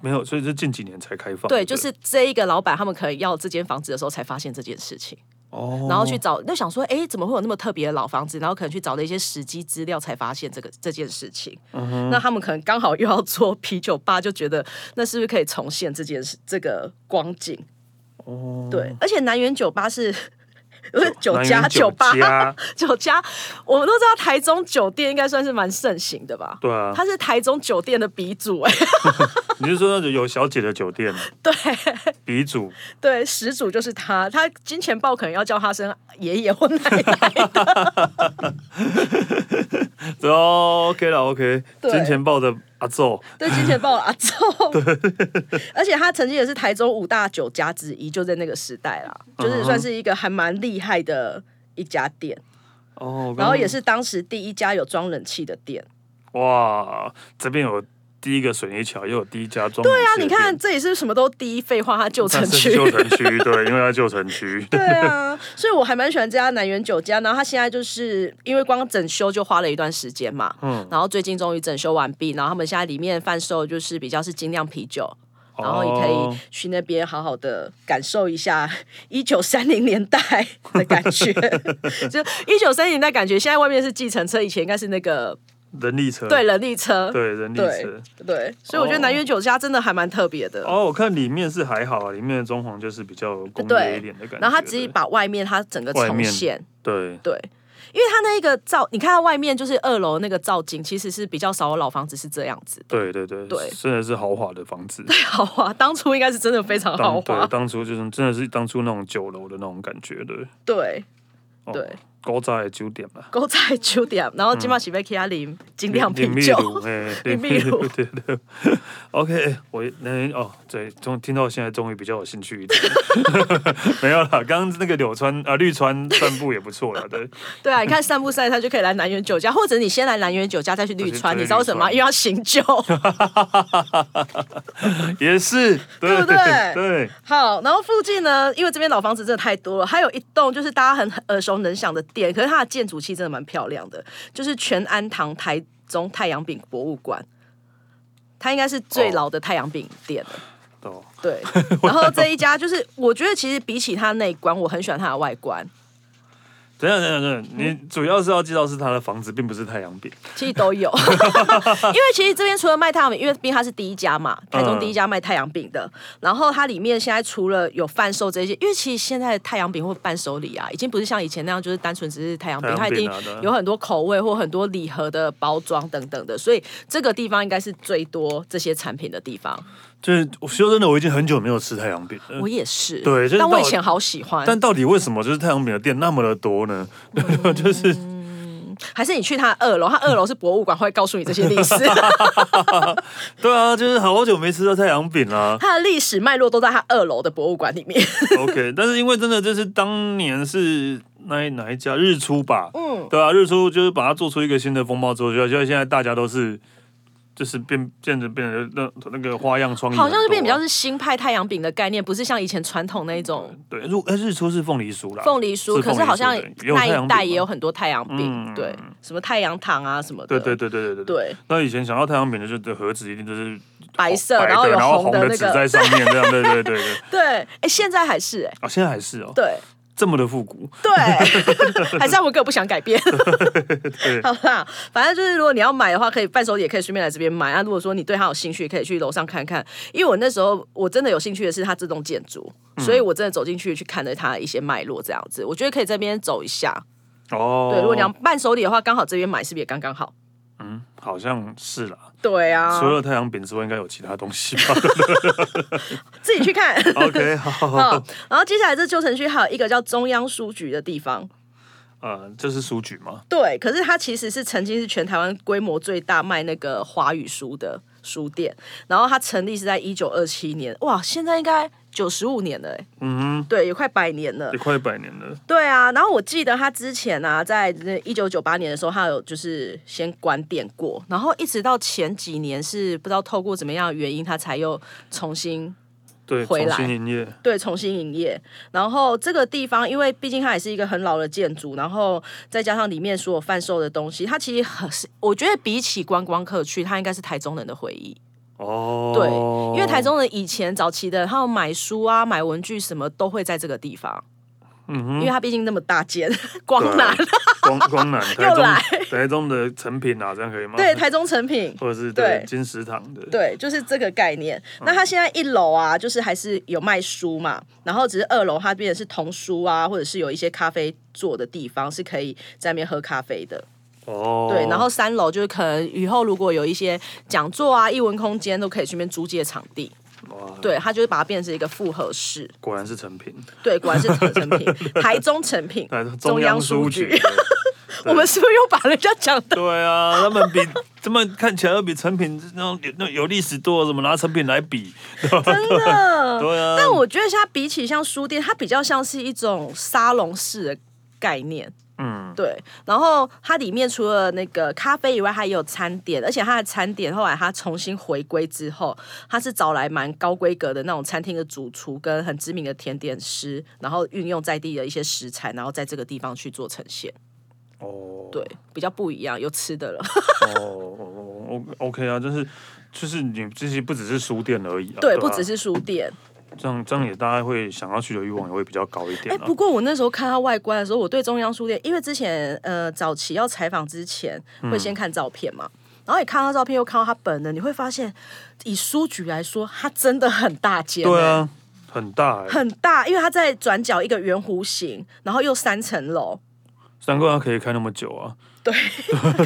[SPEAKER 1] 没有，所以是近几年才开放。
[SPEAKER 2] 对，
[SPEAKER 1] 不
[SPEAKER 2] 就是这一个老板，他们可能要这间房子的时候才发现这件事情，
[SPEAKER 1] 哦，
[SPEAKER 2] 然后去找，就想说，哎，怎么会有那么特别的老房子？然后可能去找了一些史机资料，才发现这个这件事情。
[SPEAKER 1] 嗯
[SPEAKER 2] 那他们可能刚好又要做啤酒吧，就觉得那是不是可以重现这件事这个光景？
[SPEAKER 1] 哦，
[SPEAKER 2] 对，而且南园酒
[SPEAKER 1] [laughs]
[SPEAKER 2] 吧是。不是酒
[SPEAKER 1] 南
[SPEAKER 2] 家
[SPEAKER 1] 园
[SPEAKER 2] 酒
[SPEAKER 1] 酒
[SPEAKER 2] 吧
[SPEAKER 1] 家
[SPEAKER 2] [laughs] 酒家，我们都知道台中酒店应该算是蛮盛行的吧？
[SPEAKER 1] 对
[SPEAKER 2] [laughs]
[SPEAKER 1] 啊，
[SPEAKER 2] 它是台中酒店的鼻祖哎、
[SPEAKER 1] 你是说那种有小姐的酒店，
[SPEAKER 2] [laughs]
[SPEAKER 1] [laughs]
[SPEAKER 2] 对，
[SPEAKER 1] 鼻祖
[SPEAKER 2] 对，始祖就是他，他金钱豹可能要叫他声爷爷或奶奶。
[SPEAKER 1] 对哦，OK 了，OK，
[SPEAKER 2] 对
[SPEAKER 1] 金钱豹的阿奏，
[SPEAKER 2] [laughs] 对，金钱豹的阿宙。 [laughs] 而且他曾经也是台中五大酒家之一，就在那个时代啦，
[SPEAKER 1] 嗯
[SPEAKER 2] 就是算是一个还蛮厉害的一家店，
[SPEAKER 1] 哦，我刚嗯
[SPEAKER 2] 然后也是当时第一家有装冷气的店。
[SPEAKER 1] 哇，这边有第一个水泥桥，又有第一家装
[SPEAKER 2] 对
[SPEAKER 1] 对
[SPEAKER 2] 啊，你看这里是不是什么都第一，废话，它旧城
[SPEAKER 1] 它是
[SPEAKER 2] 区。 [laughs]
[SPEAKER 1] 旧城区，对，因为它旧城区，
[SPEAKER 2] 对啊，所以我还蛮喜欢这家南园酒家。然后他现在就是因为光整修就花了一段时间嘛，嗯，然后最近终于整修完毕，然后他们现在里面贩售就是比较是精酿啤酒。然后你可
[SPEAKER 1] 哦
[SPEAKER 2] 以去那边好好的感受一下一九三零年代的感
[SPEAKER 1] [laughs]
[SPEAKER 2] 觉，就一九三零年代感觉。现在外面是计程车，以前应该是那个
[SPEAKER 1] 人力车，
[SPEAKER 2] 对人力车，
[SPEAKER 1] 对人力
[SPEAKER 2] 对
[SPEAKER 1] 车。
[SPEAKER 2] 对，所以我觉得南园酒家真的还蛮特别的。
[SPEAKER 1] 哦，我看里面是还好啊，里面的装潢就是比较工哦业一点的感觉。
[SPEAKER 2] 然后他只是把外面它整个
[SPEAKER 1] 外
[SPEAKER 2] 重
[SPEAKER 1] 面
[SPEAKER 2] 现，
[SPEAKER 1] 对
[SPEAKER 2] 对，因为它那个造，你看它外面就是二楼那个造景，其实是比较少有老房子是这样子的。
[SPEAKER 1] 对对对
[SPEAKER 2] 对
[SPEAKER 1] 真的是豪华的房子。
[SPEAKER 2] 豪华，啊 [laughs] 当初应该是真的非常啊豪
[SPEAKER 1] 当
[SPEAKER 2] 华
[SPEAKER 1] 对，。当初就是真的是当初那种酒楼的那种感觉对。
[SPEAKER 2] 对
[SPEAKER 1] 哦
[SPEAKER 2] 对，
[SPEAKER 1] 高在酒店嘛，
[SPEAKER 2] 狗仔酒店，然后今晚是被 K 他啉精酿啤
[SPEAKER 1] 林密
[SPEAKER 2] 酒
[SPEAKER 1] 鲁，哎，
[SPEAKER 2] 林
[SPEAKER 1] 林
[SPEAKER 2] 密
[SPEAKER 1] 密
[SPEAKER 2] 鲁
[SPEAKER 1] 鲁，对对。OK，我那哦，对，终听到现在终于比较有兴趣一点。 [laughs] 没有啦，刚刚那个柳川啊，绿川散步也不错啦，
[SPEAKER 2] [laughs]
[SPEAKER 1] 对，
[SPEAKER 2] [laughs] 对啊，你看散步晒晒就可以来南园酒家，或者你先来南园酒家再去绿
[SPEAKER 1] 再去
[SPEAKER 2] 川，
[SPEAKER 1] 再去
[SPEAKER 2] 你知道为什么吗？
[SPEAKER 1] 绿川
[SPEAKER 2] 因为要
[SPEAKER 1] [laughs]
[SPEAKER 2] 醒酒。
[SPEAKER 1] 也是，对
[SPEAKER 2] 对不对
[SPEAKER 1] 对，
[SPEAKER 2] 好，然后附近呢，因为这边老房子真的太多了，还有一栋就是大家很耳熟能详的店，可是它的建筑器真的蛮漂亮的，就是全安堂台中太阳饼博物馆，它应该是最
[SPEAKER 1] 哦
[SPEAKER 2] 老的太阳饼店了。
[SPEAKER 1] 哦，
[SPEAKER 2] 对，
[SPEAKER 1] [laughs]
[SPEAKER 2] 然后这一家就是，我觉得其实比起它内观，我很喜欢它的外观，
[SPEAKER 1] 等一下等一
[SPEAKER 2] 嗯
[SPEAKER 1] 下等一下，你主要是要介绍是他的房子，并不是太阳饼。
[SPEAKER 2] 其实都
[SPEAKER 1] [laughs]
[SPEAKER 2] 有。因为其实这边除了卖太阳饼，因为毕竟它是第一家嘛，台中
[SPEAKER 1] 嗯
[SPEAKER 2] 第一家卖太阳饼的。然后它里面现在除了有贩售这些，因为其实现在的太阳饼或伴手礼啊，已经不是像以前那样就是单纯只是太阳饼，
[SPEAKER 1] 太
[SPEAKER 2] 它
[SPEAKER 1] 阳
[SPEAKER 2] 已
[SPEAKER 1] 饼
[SPEAKER 2] 经
[SPEAKER 1] 啊对啊
[SPEAKER 2] 有很多口味或很多礼盒的包装等等的，所以这个地方应该是最多这些产品的地方。
[SPEAKER 1] 就是我说真的，我已经很久没有吃太阳饼了。
[SPEAKER 2] 我也是，
[SPEAKER 1] 嗯对就是
[SPEAKER 2] 但我以
[SPEAKER 1] 到
[SPEAKER 2] 前好喜欢，
[SPEAKER 1] 但到底为什么就是太阳饼的店那么的多呢？就是
[SPEAKER 2] 还是你去它二楼，它二楼是博物馆，会告诉你这些历
[SPEAKER 1] [laughs]
[SPEAKER 2] 史。
[SPEAKER 1] 对啊，就是好久没吃到太阳饼啦、
[SPEAKER 2] [laughs] 它的历史脉络都在它二楼的博物馆里面。
[SPEAKER 1] [laughs] OK，但是因为真的就是当年是那一哪一家日出吧，嗯，对啊，日出就是把它做出一个新的风貌之后，就就现在大家都是就是变变得变得那那个花样创意很多啊，
[SPEAKER 2] 好像是变比较是新派太阳饼的概念，不是像以前传统那一种
[SPEAKER 1] 对，如哎日出是凤梨酥啦，
[SPEAKER 2] 凤梨酥，
[SPEAKER 1] 是
[SPEAKER 2] 可是
[SPEAKER 1] 凤梨
[SPEAKER 2] 好像
[SPEAKER 1] 对也有
[SPEAKER 2] 那
[SPEAKER 1] 太阳
[SPEAKER 2] 一
[SPEAKER 1] 饼
[SPEAKER 2] 带也
[SPEAKER 1] 嘛
[SPEAKER 2] 有很多太阳饼，
[SPEAKER 1] 嗯
[SPEAKER 2] 对，什么太阳糖啊什么的，
[SPEAKER 1] 对对对对对对。
[SPEAKER 2] 对
[SPEAKER 1] 那以前想到太阳饼的，就是盒子一定都是哦
[SPEAKER 2] 白色，
[SPEAKER 1] 白
[SPEAKER 2] 然后
[SPEAKER 1] 的，
[SPEAKER 2] 有
[SPEAKER 1] 然后
[SPEAKER 2] 红
[SPEAKER 1] 红
[SPEAKER 2] 的
[SPEAKER 1] 的
[SPEAKER 2] 那
[SPEAKER 1] 纸
[SPEAKER 2] 个， [laughs]
[SPEAKER 1] 在上面，这样对对对对。
[SPEAKER 2] 对，哎，现在还是哎，
[SPEAKER 1] 啊，现在还是哦，
[SPEAKER 2] 对， [laughs]
[SPEAKER 1] 这么的复古，
[SPEAKER 2] 对，还是他们根本不想改变。 [laughs] 好啦，反正就是如果你要买的话，可以伴手礼也可以顺便来这边买。那、如果说你对它有兴趣，可以去楼上看看。因为我那时候我真的有兴趣的是它这栋建筑，
[SPEAKER 1] 嗯
[SPEAKER 2] 所以我真的走进去去看了它的一些脉络，这样子，我觉得可以在这边走一下。
[SPEAKER 1] 哦，
[SPEAKER 2] 对，如果你要伴手礼的话，刚好这边买是不是也刚刚好？
[SPEAKER 1] 嗯，好像是啦。
[SPEAKER 2] 对啊，
[SPEAKER 1] 除了太阳饼之外，应该有其他东西
[SPEAKER 2] [laughs]
[SPEAKER 1] 吧
[SPEAKER 2] 自己
[SPEAKER 1] [laughs]
[SPEAKER 2] 去看。
[SPEAKER 1] ？OK，好，
[SPEAKER 2] [laughs] 好，然后接下来这旧城区还有一个叫中央书局的地方，
[SPEAKER 1] 呃，这是书局吗？
[SPEAKER 2] 对，可是它其实是曾经是全台湾规模最大卖那个华语书的书店，然后它成立是在一九二七年，哇，现在应该九十五年了、欸，
[SPEAKER 1] 嗯
[SPEAKER 2] 对，也快百年了
[SPEAKER 1] 哼，也。快百年了。
[SPEAKER 2] 对啊，然后我记得他之前啊，在一九九八年的时候，他有就是先关店过，然后一直到前几年是不知道透过怎么样的原因，他才又重新
[SPEAKER 1] 对，
[SPEAKER 2] 回
[SPEAKER 1] 重
[SPEAKER 2] 来
[SPEAKER 1] 新营业，
[SPEAKER 2] 对，重新营业。然后这个地方，因为毕竟它也是一个很老的建筑，然后再加上里面所有贩售的东西，它其实很是，我觉得比起观光客去，它应该是台中人的回忆。
[SPEAKER 1] 哦，
[SPEAKER 2] 对，因为台，中人以前早期的，他们买书啊、买文具什么都会在这个地方，
[SPEAKER 1] 嗯
[SPEAKER 2] 因
[SPEAKER 1] 哼，
[SPEAKER 2] 为它毕竟那么大间， [laughs] 光南，
[SPEAKER 1] 对， [laughs] 光光南，台
[SPEAKER 2] [laughs] 又
[SPEAKER 1] 中
[SPEAKER 2] 来，
[SPEAKER 1] 台中的成品啊，这样可以吗？
[SPEAKER 2] 对，，台中成品。
[SPEAKER 1] 或者是
[SPEAKER 2] 对
[SPEAKER 1] 对金石堂的，
[SPEAKER 2] 对，就是这个概念。那它现在一楼啊，就是还是有卖书嘛，然后只是二楼它变成是童书啊，或者是有一些咖啡座的地方，是可以在那边喝咖啡的。
[SPEAKER 1] 哦，
[SPEAKER 2] 对，然后三楼就是可能以后如果有一些讲座啊、艺文空间，都可以去那边租借场地。
[SPEAKER 1] 哇，
[SPEAKER 2] 对，它就是把它变成一个复合式。
[SPEAKER 1] 果然是成品，
[SPEAKER 2] 对，果然是成成品，台中成品
[SPEAKER 1] 台，
[SPEAKER 2] 中央
[SPEAKER 1] 央
[SPEAKER 2] 书
[SPEAKER 1] 局
[SPEAKER 2] 局。
[SPEAKER 1] 的。
[SPEAKER 2] [laughs] 我们是不是又把人家讲的？
[SPEAKER 1] 对啊，他们比他们看起来又比成品那种有那有历史多，怎么拿成品来比？
[SPEAKER 2] 真的。
[SPEAKER 1] 对啊，
[SPEAKER 2] 但我觉得现在比起像书店，它比较像是一种沙龙式的概念。
[SPEAKER 1] 嗯，
[SPEAKER 2] 对，然后它里面除了那个咖啡以外，它也有餐点，而且它的餐点后来它重新回归之后，它是找来蛮高规格的那种餐厅的主厨跟很知名的甜点师，然后运用在地的一些食材，然后在这个地方去做呈现，
[SPEAKER 1] 哦，
[SPEAKER 2] 对，比较不一样，有吃的了， [laughs]
[SPEAKER 1] 哦哦，O K 啊，就是就是你这些不只是书店而已啊，
[SPEAKER 2] 对，
[SPEAKER 1] 吧
[SPEAKER 2] 不只是书店。
[SPEAKER 1] 这样，这样也大家会想要去的欲望也会比较高一点
[SPEAKER 2] 哎、
[SPEAKER 1] 啊
[SPEAKER 2] 不。过我那时候看它外观的时候，我对中央书店，因为之前呃早期要采访之前
[SPEAKER 1] 嗯
[SPEAKER 2] 会先看照片嘛，然后你看到照片又看到他本人，你会发现以书局来说，它真的很大间、欸
[SPEAKER 1] 对，啊，很大哎，
[SPEAKER 2] 很大，因为它在转角一个圆弧形，然后又三层
[SPEAKER 1] [laughs]
[SPEAKER 2] 楼，
[SPEAKER 1] 难怪它可以开那么久啊。
[SPEAKER 2] 对，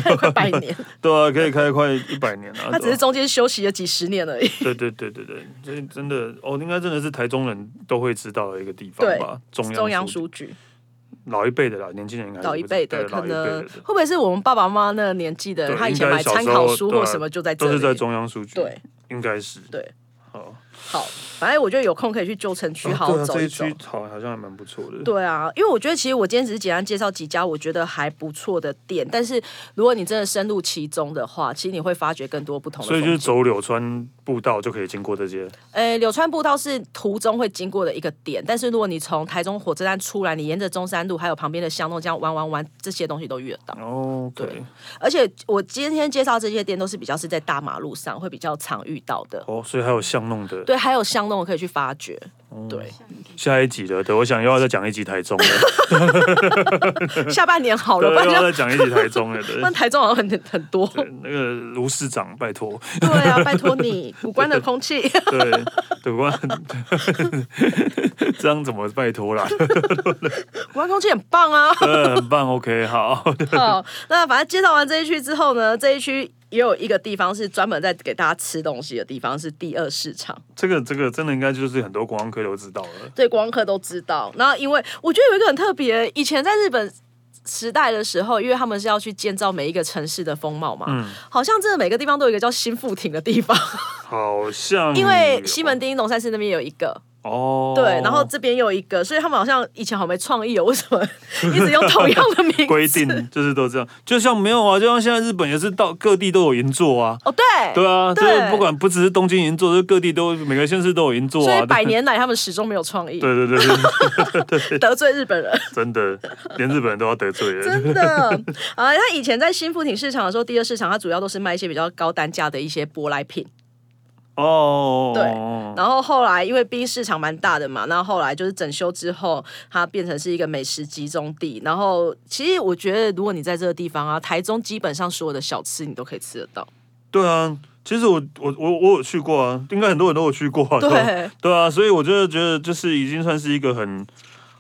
[SPEAKER 2] 大概快百年，
[SPEAKER 1] 对啊，可以开快一百年啊。
[SPEAKER 2] 它只是
[SPEAKER 1] 对啊
[SPEAKER 2] 中间休息了几十年而已。
[SPEAKER 1] 对对对对对，这真的哦，应该真的是台中人都会知道的一个地方
[SPEAKER 2] 对
[SPEAKER 1] 吧？中
[SPEAKER 2] 中
[SPEAKER 1] 央
[SPEAKER 2] 央
[SPEAKER 1] 书
[SPEAKER 2] 书局，
[SPEAKER 1] 老一辈的啦，年轻人应该是
[SPEAKER 2] 老一
[SPEAKER 1] 不知
[SPEAKER 2] 辈的
[SPEAKER 1] 对
[SPEAKER 2] 可
[SPEAKER 1] 老一辈
[SPEAKER 2] 能
[SPEAKER 1] 的
[SPEAKER 2] 会不会是我们爸爸妈妈那个年纪的人，
[SPEAKER 1] 对
[SPEAKER 2] 他以
[SPEAKER 1] 应
[SPEAKER 2] 前
[SPEAKER 1] 该
[SPEAKER 2] 买
[SPEAKER 1] 小
[SPEAKER 2] 参
[SPEAKER 1] 时
[SPEAKER 2] 考
[SPEAKER 1] 候
[SPEAKER 2] 书
[SPEAKER 1] 对
[SPEAKER 2] 或
[SPEAKER 1] 啊
[SPEAKER 2] 什么就在这
[SPEAKER 1] 都
[SPEAKER 2] 里，
[SPEAKER 1] 是在中央书局，
[SPEAKER 2] 对，
[SPEAKER 1] 应该是
[SPEAKER 2] 对。
[SPEAKER 1] 好，
[SPEAKER 2] 好，反正我觉得有空可以去旧城区好好
[SPEAKER 1] 对啊
[SPEAKER 2] 走
[SPEAKER 1] 这一
[SPEAKER 2] 走。
[SPEAKER 1] 区好好像还蛮不错的，
[SPEAKER 2] 对啊，因为我觉得其实我今天只是简单介绍几家我觉得还不错的店，但是如果你真的深入其中的话，其实你会发掘更多不同的
[SPEAKER 1] 所
[SPEAKER 2] 风
[SPEAKER 1] 以
[SPEAKER 2] 景。
[SPEAKER 1] 就是走柳川步道就可以经过这些，
[SPEAKER 2] 呃，柳川步道是途中会经过的一个点，但是如果你从台中火车站出来，你沿着中山路还有旁边的巷弄这样弯弯弯，这些东西都遇得到。
[SPEAKER 1] 哦，
[SPEAKER 2] 对
[SPEAKER 1] 对，
[SPEAKER 2] 而且我今天介绍这些店都是比较是在大马路上会比较常遇到的。
[SPEAKER 1] 哦，所以还有巷弄的，
[SPEAKER 2] 对，还有巷弄可以去发掘。
[SPEAKER 1] 哦 [laughs]
[SPEAKER 2] 对，
[SPEAKER 1] 下一集的，对我想又要再讲一集台中了，
[SPEAKER 2] 下半年 [laughs] 好了，
[SPEAKER 1] 对，
[SPEAKER 2] 不
[SPEAKER 1] 又
[SPEAKER 2] 然
[SPEAKER 1] 要
[SPEAKER 2] 就
[SPEAKER 1] 再讲一集台中了，对
[SPEAKER 2] [laughs] 不然台中好像很很多。
[SPEAKER 1] 对，那个卢市长，拜托，
[SPEAKER 2] 对啊，拜托你，古关的空气。
[SPEAKER 1] 对，对，我 [laughs] 这样怎么拜托啦？ [laughs]
[SPEAKER 2] 古玩空气很棒啊！ [laughs]
[SPEAKER 1] 对，很棒，OK，好， [laughs]
[SPEAKER 2] 好，那反正介绍完这一区之后呢，这一区也有一个地方是专门在给大家吃东西的地方，是第二市场。
[SPEAKER 1] 这个这个真的应该就是很多观光客都知道了，
[SPEAKER 2] 对，观光客都知道。然后因为我觉得有一个很特别，以前在日本。时代的时候，因为他们是要去建造每一个城市的风貌嘛，
[SPEAKER 1] 嗯
[SPEAKER 2] 好像真的每个地方都有一个叫新富町的地方，
[SPEAKER 1] 好像
[SPEAKER 2] 因为西
[SPEAKER 1] 有
[SPEAKER 2] 门町、龙山寺那边有一个，
[SPEAKER 1] 哦，
[SPEAKER 2] 对，然后这边有一个，所以他们好像以前好没创意哦，为什么 [laughs] 一直用同样的名字？
[SPEAKER 1] 规定就是都这样，就像没有啊，就像现在日本也是到各地都有银座啊，
[SPEAKER 2] 哦，对，
[SPEAKER 1] 对啊，就
[SPEAKER 2] 对
[SPEAKER 1] 是不管不只是东京银座，就是各地都每个县市都有银座
[SPEAKER 2] 所
[SPEAKER 1] 啊
[SPEAKER 2] 以，百年来他们始终没有创意，
[SPEAKER 1] 对对对对， [laughs]
[SPEAKER 2] [laughs] 得罪日本人，
[SPEAKER 1] 真的连日本人都要得罪人，
[SPEAKER 2] 真的。啊，他以前在新富町市场的时候，第二市场它主要都是卖一些比较高单价的一些舶来品，
[SPEAKER 1] 哦，
[SPEAKER 2] 对
[SPEAKER 1] 哦
[SPEAKER 2] 然后后来因为毕竟市场蛮大的嘛，那后来就是整修之后，它变成是一个美食集中地。然后其实我觉得，如果你在这个地方啊，台中基本上所有的小吃你都可以吃得到。
[SPEAKER 1] 对啊，其实我我我我有去过啊，应该很多人都有去过啊，吧
[SPEAKER 2] 对，
[SPEAKER 1] 对啊，所以我就觉得就是已经算是一个很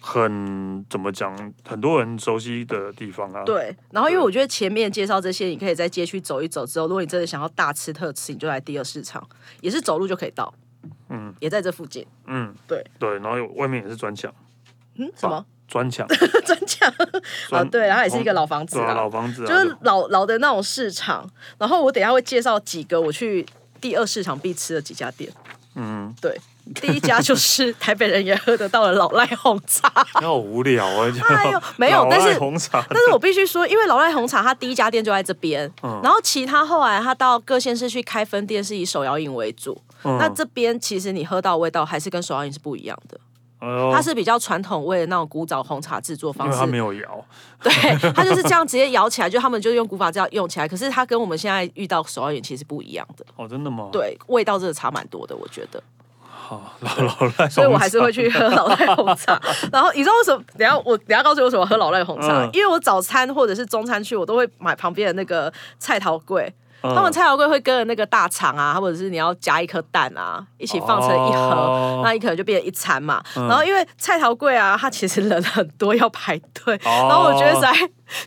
[SPEAKER 1] 很怎么讲，很多人熟悉的地方啊。
[SPEAKER 2] 对，然后因为我觉得前面介绍这些，你可以在街区走一走之后，如果你真的想要大吃特吃，你就来第二市场，也是走路就可以到，
[SPEAKER 1] 嗯
[SPEAKER 2] 也在这附近。
[SPEAKER 1] 嗯，
[SPEAKER 2] 对
[SPEAKER 1] 对，然后有外面也是砖墙，
[SPEAKER 2] 嗯，什么
[SPEAKER 1] 砖墙，
[SPEAKER 2] [laughs] 砖
[SPEAKER 1] [laughs]
[SPEAKER 2] 墙？啊，
[SPEAKER 1] 砖
[SPEAKER 2] 对，然后也是一个
[SPEAKER 1] 哦
[SPEAKER 2] 老房子
[SPEAKER 1] 对啊，
[SPEAKER 2] 啦，
[SPEAKER 1] 老房子啊，
[SPEAKER 2] 就是
[SPEAKER 1] 就
[SPEAKER 2] 老老的那种市场。然后我等一下会介绍几个我去第二市场必吃的几家店。
[SPEAKER 1] 嗯，
[SPEAKER 2] 对，第一家就是台北人也喝得到的老赖红茶。
[SPEAKER 1] 你好无聊啊！就
[SPEAKER 2] 哎呦没有
[SPEAKER 1] 老
[SPEAKER 2] 但是
[SPEAKER 1] 赖红茶，
[SPEAKER 2] 但是我必须说，因为老赖红茶它第一家店就在这边，
[SPEAKER 1] 嗯
[SPEAKER 2] 然后其他后来它到各县市去开分店是以手摇饮为主。
[SPEAKER 1] 嗯
[SPEAKER 2] [laughs] 那这边其实你喝到的味道还是跟手摇饮是不一样的，
[SPEAKER 1] 哎呦
[SPEAKER 2] 它是比较传统味的那种古早红茶制作
[SPEAKER 1] 因
[SPEAKER 2] 方
[SPEAKER 1] 为
[SPEAKER 2] 式
[SPEAKER 1] 他，没有摇，
[SPEAKER 2] [laughs] 对，它就是这样直接摇起来，就他们就用古法这样用起来。可是它跟我们现在遇到手摇饮其实不一样的，
[SPEAKER 1] 哦，真的吗？，
[SPEAKER 2] 对，味道真的差蛮多的，我觉得。
[SPEAKER 1] 好老老赖，
[SPEAKER 2] 所以我还是会去喝老赖红茶。然后你知道为什么？等一下我等一下告诉你为什么喝老赖红茶，
[SPEAKER 1] 嗯
[SPEAKER 2] 因为我早餐或者是中餐去，我都会买旁边的那个菜桃柜。
[SPEAKER 1] 嗯
[SPEAKER 2] 他们菜桃柜会跟着那个大肠啊，或者是你要加一颗蛋啊，一起放成一盒，
[SPEAKER 1] 哦嗯
[SPEAKER 2] 那你可能就变成一餐嘛。然后因为菜桃柜啊，它其实人很多要排队，
[SPEAKER 1] 哦
[SPEAKER 2] 然后我觉得实在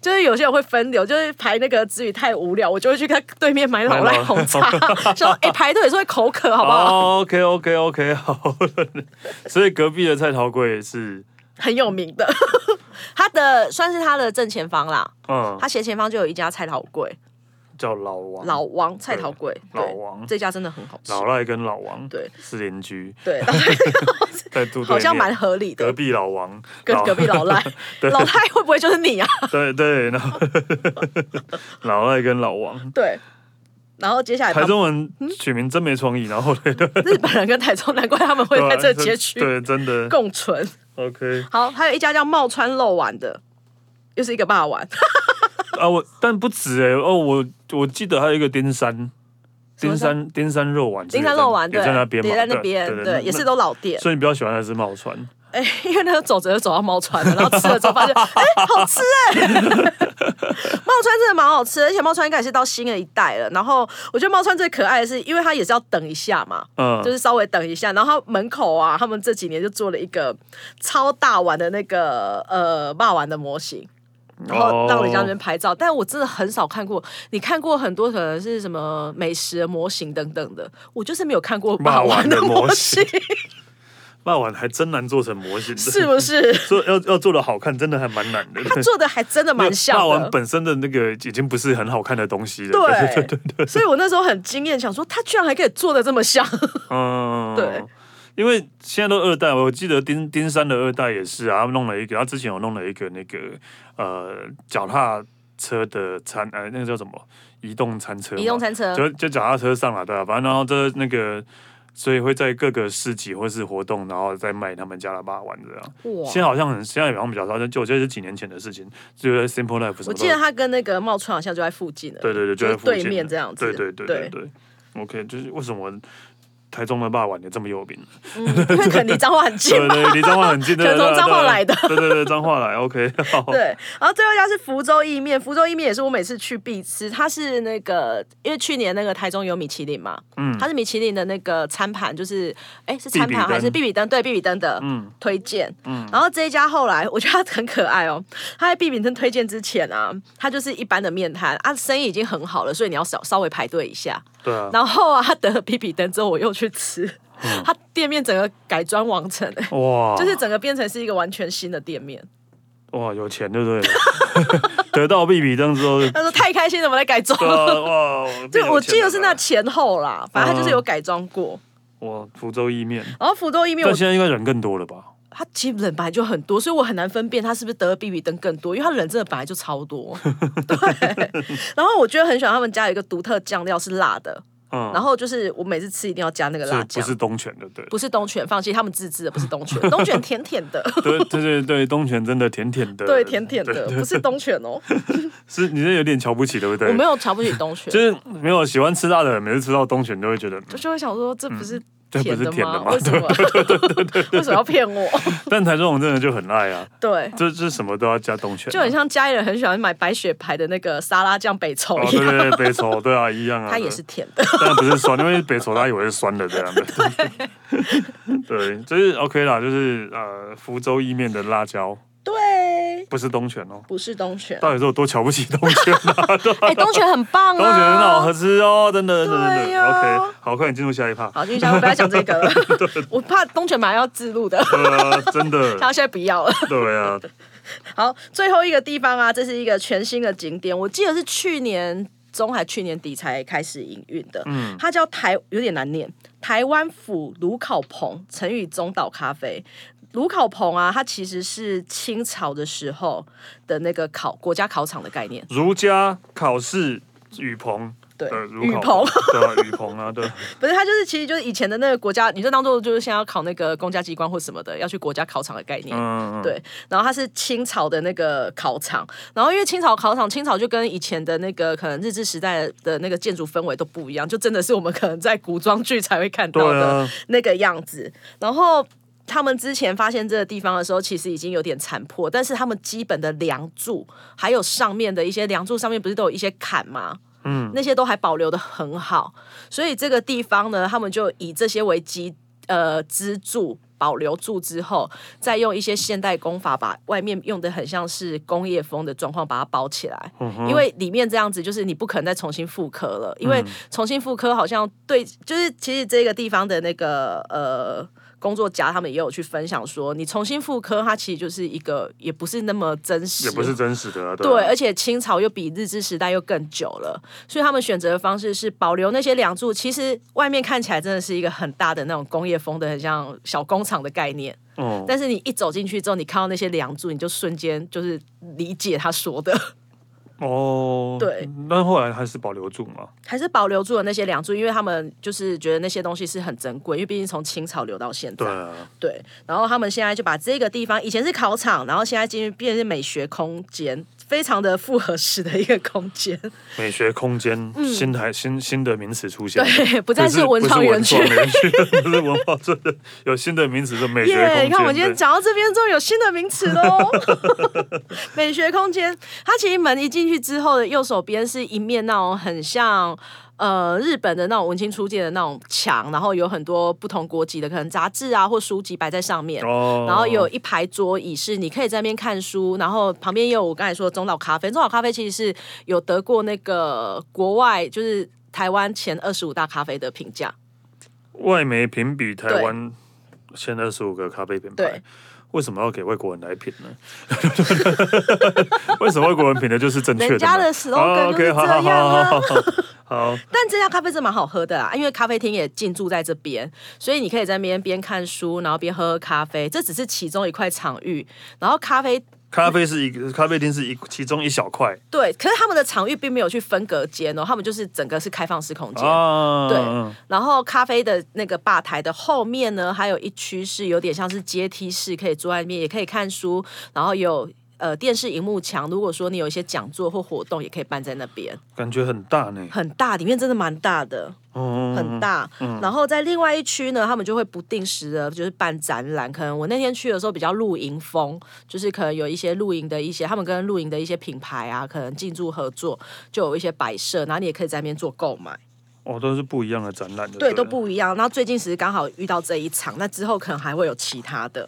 [SPEAKER 2] 就是有些人会分流，就是排那个之余太无聊，我就会去看对面买老赖红
[SPEAKER 1] [laughs]
[SPEAKER 2] 茶，说哎、排队也是会口渴，好不好？
[SPEAKER 1] 哦，OK OK OK，好。 [laughs] 所以隔壁的菜桃柜是，
[SPEAKER 2] 很有名的，他的算是他的正前方啦，
[SPEAKER 1] 嗯
[SPEAKER 2] 他，斜前方就有一家菜桃柜，
[SPEAKER 1] 叫老王，
[SPEAKER 2] 老王菜桃柜，对
[SPEAKER 1] 老王
[SPEAKER 2] 这家真的很好吃，
[SPEAKER 1] 老赖跟老王
[SPEAKER 2] 对
[SPEAKER 1] 是邻居， [laughs]
[SPEAKER 2] 对， [laughs]
[SPEAKER 1] 在住对面
[SPEAKER 2] 好像蛮合理
[SPEAKER 1] 隔
[SPEAKER 2] 的。
[SPEAKER 1] 壁老王，
[SPEAKER 2] 跟隔壁老赖，
[SPEAKER 1] [laughs] 对
[SPEAKER 2] 老赖会不会就是你啊？
[SPEAKER 1] 对对，然后老赖跟老王，
[SPEAKER 2] [laughs] 对，然后接下来
[SPEAKER 1] 台
[SPEAKER 2] 旁
[SPEAKER 1] 中人取名真没创意，然后对对
[SPEAKER 2] 日本人跟台中，难怪他们会在这街区
[SPEAKER 1] 啊对，真的
[SPEAKER 2] 共存。
[SPEAKER 1] OK
[SPEAKER 2] 好，还有一家叫茂川肉丸的，又是一个霸丸，
[SPEAKER 1] 啊，我但不止哎，哦，我我记得还有一个丁山。
[SPEAKER 2] 什么
[SPEAKER 1] 丁
[SPEAKER 2] 山
[SPEAKER 1] 山丁山肉丸之类
[SPEAKER 2] 金
[SPEAKER 1] 的，
[SPEAKER 2] 山肉丸对，
[SPEAKER 1] 也在那边嘛，
[SPEAKER 2] 也在那
[SPEAKER 1] 对
[SPEAKER 2] 边，
[SPEAKER 1] 那
[SPEAKER 2] 对，也是
[SPEAKER 1] 那
[SPEAKER 2] 都老店。
[SPEAKER 1] 所以你比较喜欢的是茂川，
[SPEAKER 2] 哎、因为那个走着就走到猫川了，然后吃了之后
[SPEAKER 1] [laughs]
[SPEAKER 2] 发现，哎、好吃哎、茂川真的蛮好吃，而且茂川应该也是到新的一代了。然后我觉得茂川最可爱的是，因为它也是要等一下嘛，
[SPEAKER 1] 嗯，
[SPEAKER 2] 就是稍微等一下。然后它门口啊，他们这几年就做了一个超大碗的那个呃霸丸的模型。
[SPEAKER 1] 哦
[SPEAKER 2] 然后让人家那边拍照，但我真的很少看过。你看过很多可能是什么美食的模型等等的，我就是没有看过霸
[SPEAKER 1] 霸
[SPEAKER 2] 王
[SPEAKER 1] 王
[SPEAKER 2] 的
[SPEAKER 1] 的
[SPEAKER 2] 模
[SPEAKER 1] 模
[SPEAKER 2] 型
[SPEAKER 1] 型，霸碗还真难做成模型的，
[SPEAKER 2] 是
[SPEAKER 1] [laughs]
[SPEAKER 2] 不是？
[SPEAKER 1] 做要要做的好看，真的还蛮难的。
[SPEAKER 2] 他做的还真
[SPEAKER 1] [laughs]
[SPEAKER 2] 的 [laughs] 蛮像
[SPEAKER 1] 霸
[SPEAKER 2] 的
[SPEAKER 1] 王。本身的那个已经不是很好看的东西了。
[SPEAKER 2] 对
[SPEAKER 1] 对对对对，
[SPEAKER 2] 所以我那时候很惊艳，想说他居然还可以做的这么像。
[SPEAKER 1] 嗯，
[SPEAKER 2] 对。
[SPEAKER 1] 因为现在都二代，我记得丁丁山的二代也是啊，他们弄了一个，他之前有弄了一个那个呃脚踏车的餐，呃那个叫什么移动餐车吗，
[SPEAKER 2] 移动餐车，
[SPEAKER 1] 就就脚踏车上了，对啊，反正然后这那个，所以会在各个市集或是活动，然后再卖他们家的霸王这样。
[SPEAKER 2] 哇
[SPEAKER 1] 现！在好像很，现在好像比较少，但就我觉得是几年前的事情，就在 Simple Life 什么的。
[SPEAKER 2] 我记得他跟那个茂川好像就在附近了。
[SPEAKER 1] 对对对，就
[SPEAKER 2] 就
[SPEAKER 1] 是在附近
[SPEAKER 2] 对面这样子
[SPEAKER 1] 对对对对对。OK，就是为什么台中的霸王也这么有名？
[SPEAKER 2] 嗯，因为可能离彰化很近
[SPEAKER 1] 对
[SPEAKER 2] 嘛。
[SPEAKER 1] 对，离彰化很近，对
[SPEAKER 2] 全从
[SPEAKER 1] 对对
[SPEAKER 2] 彰化来的
[SPEAKER 1] 对对对，彰化来。OK，好， [laughs]
[SPEAKER 2] 对，然后最后一家是福州意面，福州意面也是我每次去必吃。它是那个，因为去年那个台中有米其林嘛，
[SPEAKER 1] 嗯
[SPEAKER 2] 它是米其林的那个餐盘，就是哎是餐
[SPEAKER 1] 比比
[SPEAKER 2] 盘还是
[SPEAKER 1] 登
[SPEAKER 2] 必比登？对，必比登的
[SPEAKER 1] 嗯
[SPEAKER 2] 推荐。
[SPEAKER 1] 嗯
[SPEAKER 2] 然后这一家后来我觉得它很可爱哦，它在必比登推荐之前啊，它就是一般的面摊啊，生意已经很好了，所以你要稍稍微排队一下。
[SPEAKER 1] 对啊。
[SPEAKER 2] 然后啊，他得了比比登之后，我又去吃，
[SPEAKER 1] 嗯
[SPEAKER 2] 他店面整个改装完成、欸
[SPEAKER 1] 哇，
[SPEAKER 2] 就是整个变成是一个完全新的店面。
[SPEAKER 1] 哇，有钱就对了。 [laughs] 得到比比登之后，对
[SPEAKER 2] 他说太开心了，我们来改装。
[SPEAKER 1] 啊，哇，
[SPEAKER 2] [laughs] 就我记得是那
[SPEAKER 1] 变有钱啊哦
[SPEAKER 2] 前后啦，反正他就是有改装过。
[SPEAKER 1] 了哇，福州意面，
[SPEAKER 2] 然后福州意面我
[SPEAKER 1] 但现在应该人更多了吧？
[SPEAKER 2] 他其实人本来就很多，所以我很难分辨他是不是得了比比登更多，因为他人真的本来就 [laughs] 超多。对，然后我觉得很喜欢他们家有一个独特酱料是辣的，
[SPEAKER 1] 嗯，
[SPEAKER 2] 然后就是我每次吃一定要加那个辣
[SPEAKER 1] 这不
[SPEAKER 2] 酱，
[SPEAKER 1] 是东泉的，对， [laughs]
[SPEAKER 2] 不是东泉，放心，他们自制的，不是东泉，东泉甜甜的，
[SPEAKER 1] 对对对对，东泉真的甜甜的，
[SPEAKER 2] 对，甜甜
[SPEAKER 1] 对
[SPEAKER 2] 的，不是东泉哦，
[SPEAKER 1] 是你这有点瞧不起，对不对
[SPEAKER 2] 我？没有瞧不起东泉
[SPEAKER 1] 就，是没有喜欢吃辣的人，每次吃到东泉都会觉得，嗯
[SPEAKER 2] [laughs] 就就会想说这不是
[SPEAKER 1] 这不
[SPEAKER 2] 甜
[SPEAKER 1] 是
[SPEAKER 2] 的
[SPEAKER 1] 甜的
[SPEAKER 2] 吗？
[SPEAKER 1] 吗
[SPEAKER 2] 为什么？ [laughs] 为什么要骗我？
[SPEAKER 1] 但台中人真的就很爱啊，
[SPEAKER 2] 对。
[SPEAKER 1] 这这什么都要加东 [laughs] 泉啊，
[SPEAKER 2] 就很像家里人很喜欢买白雪牌的那个沙拉酱北抽
[SPEAKER 1] 哦，
[SPEAKER 2] 一
[SPEAKER 1] 对
[SPEAKER 2] 样，
[SPEAKER 1] 对对，北丑，对啊，一样
[SPEAKER 2] [laughs]
[SPEAKER 1] 啊，
[SPEAKER 2] 它也
[SPEAKER 1] 对
[SPEAKER 2] 是甜的。
[SPEAKER 1] 但不是酸，因为北丑大家以为是酸的
[SPEAKER 2] [laughs]
[SPEAKER 1] 这样的。 [laughs] 对，就是 OK 啦，就是呃，福州意面的辣椒
[SPEAKER 2] 对，
[SPEAKER 1] 不是东泉哦，
[SPEAKER 2] 不是
[SPEAKER 1] [laughs]
[SPEAKER 2] 东泉。
[SPEAKER 1] 到底是我多瞧不起东
[SPEAKER 2] [laughs]
[SPEAKER 1] 泉啊？
[SPEAKER 2] 哎，东泉很棒啊，
[SPEAKER 1] 东泉很好喝吃哦，真的，真的，真
[SPEAKER 2] 对
[SPEAKER 1] 的。
[SPEAKER 2] 呀
[SPEAKER 1] OK，好，快点进入下一趴。
[SPEAKER 2] 好，继续讲，我不要讲这个
[SPEAKER 1] [laughs]
[SPEAKER 2] 了。我怕东泉马上要自录的，
[SPEAKER 1] 对啊，真
[SPEAKER 2] [laughs]
[SPEAKER 1] 的，
[SPEAKER 2] 他现在不要了。
[SPEAKER 1] 对啊，
[SPEAKER 2] 好，最后一个地方啊，这是一个全新的景点，我记得是去年中还去年底才开始营运的。
[SPEAKER 1] 嗯
[SPEAKER 2] 它叫台，有点难念，台湾府卢烤棚，成语中岛咖啡。卢烤棚啊，它其实是清朝的时候的那个考国家考场的概念，
[SPEAKER 1] 儒家考试雨棚，
[SPEAKER 2] 对
[SPEAKER 1] 呃，如
[SPEAKER 2] 雨
[SPEAKER 1] 考
[SPEAKER 2] 棚，
[SPEAKER 1] 对啊，雨棚
[SPEAKER 2] [laughs]
[SPEAKER 1] 啊，对，
[SPEAKER 2] 不是它就是其实就是以前的那个国家，你就当做就是现在要考那个公家机关或什么的，要去国家考场的概念。
[SPEAKER 1] 嗯，嗯，
[SPEAKER 2] 对，然后它是清朝的那个考场，然后因为清朝考场，清朝就跟以前的那个可能日治时代的那个建筑氛围都不一样，就真的是我们可能在古装剧才会看到
[SPEAKER 1] 对
[SPEAKER 2] 的
[SPEAKER 1] 啊，
[SPEAKER 2] 那个样子。然后他们之前发现这个地方的时候，其实已经有点残破，但是他们基本的梁柱，还有上面的一些梁柱上面不是都有一些坎吗？
[SPEAKER 1] 嗯，
[SPEAKER 2] 那些都还保留的很好，所以这个地方呢，他们就以这些为基呃支柱。保留住之后，再用一些现代工法把外面用的很像是工业风的状况把它包起来，
[SPEAKER 1] 嗯
[SPEAKER 2] 因为里面这样子就是你不可能再重新复刻了，因为重新复刻好像对，就是其实这个地方的那个呃工作家他们也有去分享说，你重新复刻它其实就是一个也不是那么真实，
[SPEAKER 1] 也不是真实的啊，
[SPEAKER 2] 对，
[SPEAKER 1] 啊
[SPEAKER 2] 而且清朝又比日治时代又更久了，所以他们选择的方式是保留那些梁柱。其实外面看起来真的是一个很大的那种工业风的，很像小工厂的概念。
[SPEAKER 1] 哦，
[SPEAKER 2] 但是你一走进去之后，你看到那些梁柱，你就瞬间就是理解他说的，
[SPEAKER 1] 哦，
[SPEAKER 2] 对，
[SPEAKER 1] 但后来还是保留住嘛，
[SPEAKER 2] 还是保留住了那些梁柱，因为他们就是觉得那些东西是很珍贵，因为毕竟从清朝留到现在
[SPEAKER 1] 对。啊，
[SPEAKER 2] 对，然后他们现在就把这个地方以前是考场，然后现在进去变成是美学空间，非常的复合式的一个空间。
[SPEAKER 1] 美学空间，新台新新的名词出现了，
[SPEAKER 2] 嗯对，不再
[SPEAKER 1] 不
[SPEAKER 2] 是文创园区
[SPEAKER 1] 不。是文创园区 [laughs] 不是文化村的，有新的名词是美学空
[SPEAKER 2] 耶！
[SPEAKER 1] 间。
[SPEAKER 2] 你看，我们今天
[SPEAKER 1] 对
[SPEAKER 2] 讲到这边终于有新的名词
[SPEAKER 1] [laughs]
[SPEAKER 2] 喽。美学空间，它其实门一进去之后的右手边是一面那种很像呃日本的那种文青出界的那种墙，然后有很多不同国籍的可能杂志啊或书籍摆在上面。
[SPEAKER 1] 哦，
[SPEAKER 2] 然后有一排桌椅是你可以在那边看书，然后旁边也有我刚才说的中岛咖啡。中岛咖啡其实是有得过那个国外就是台湾前二十五大咖啡的评价。
[SPEAKER 1] 外媒评比台湾现在十五个咖啡品牌
[SPEAKER 2] 对。
[SPEAKER 1] 为什么要给外国人来品呢？ [laughs] 为什么外国人品的就是正确的呢？哦
[SPEAKER 2] 人家的 slogan 就是这样啊
[SPEAKER 1] 好好好好好，
[SPEAKER 2] 但这家咖啡真蛮好喝的啊啦，因为咖啡厅也进驻在这边，所以你可以在那边边看书，然后边喝喝咖啡。这只是其中一块场域，然后咖啡
[SPEAKER 1] [laughs] 咖啡是一个咖啡厅是一其中一小块
[SPEAKER 2] 对，可是他们的场域并没有去分隔间哦，他们就是整个是开放式空间。
[SPEAKER 1] 啊，
[SPEAKER 2] 对然后咖啡的那个吧台的后面呢，还有一区是有点像是阶梯式，可以坐在那边也可以看书，然后有呃电视荧幕墙，如果说你有一些讲座或活动，也可以办在那边，
[SPEAKER 1] 感觉很大呢，
[SPEAKER 2] 很大，里面真的蛮大的。
[SPEAKER 1] 嗯，
[SPEAKER 2] 很大。然后在另外一区呢，他们就会不定时的，就是办展览。可能我那天去的时候比较露营风，就是可能有一些露营的一些，他们跟露营的一些品牌啊，可能进驻合作，就有一些摆设，然后你也可以在那边做购买，
[SPEAKER 1] 哦，都是不一样的展览，
[SPEAKER 2] 对，
[SPEAKER 1] 了
[SPEAKER 2] 都不一样。然后最近其实刚好遇到这一场，那之后可能还会有其他的。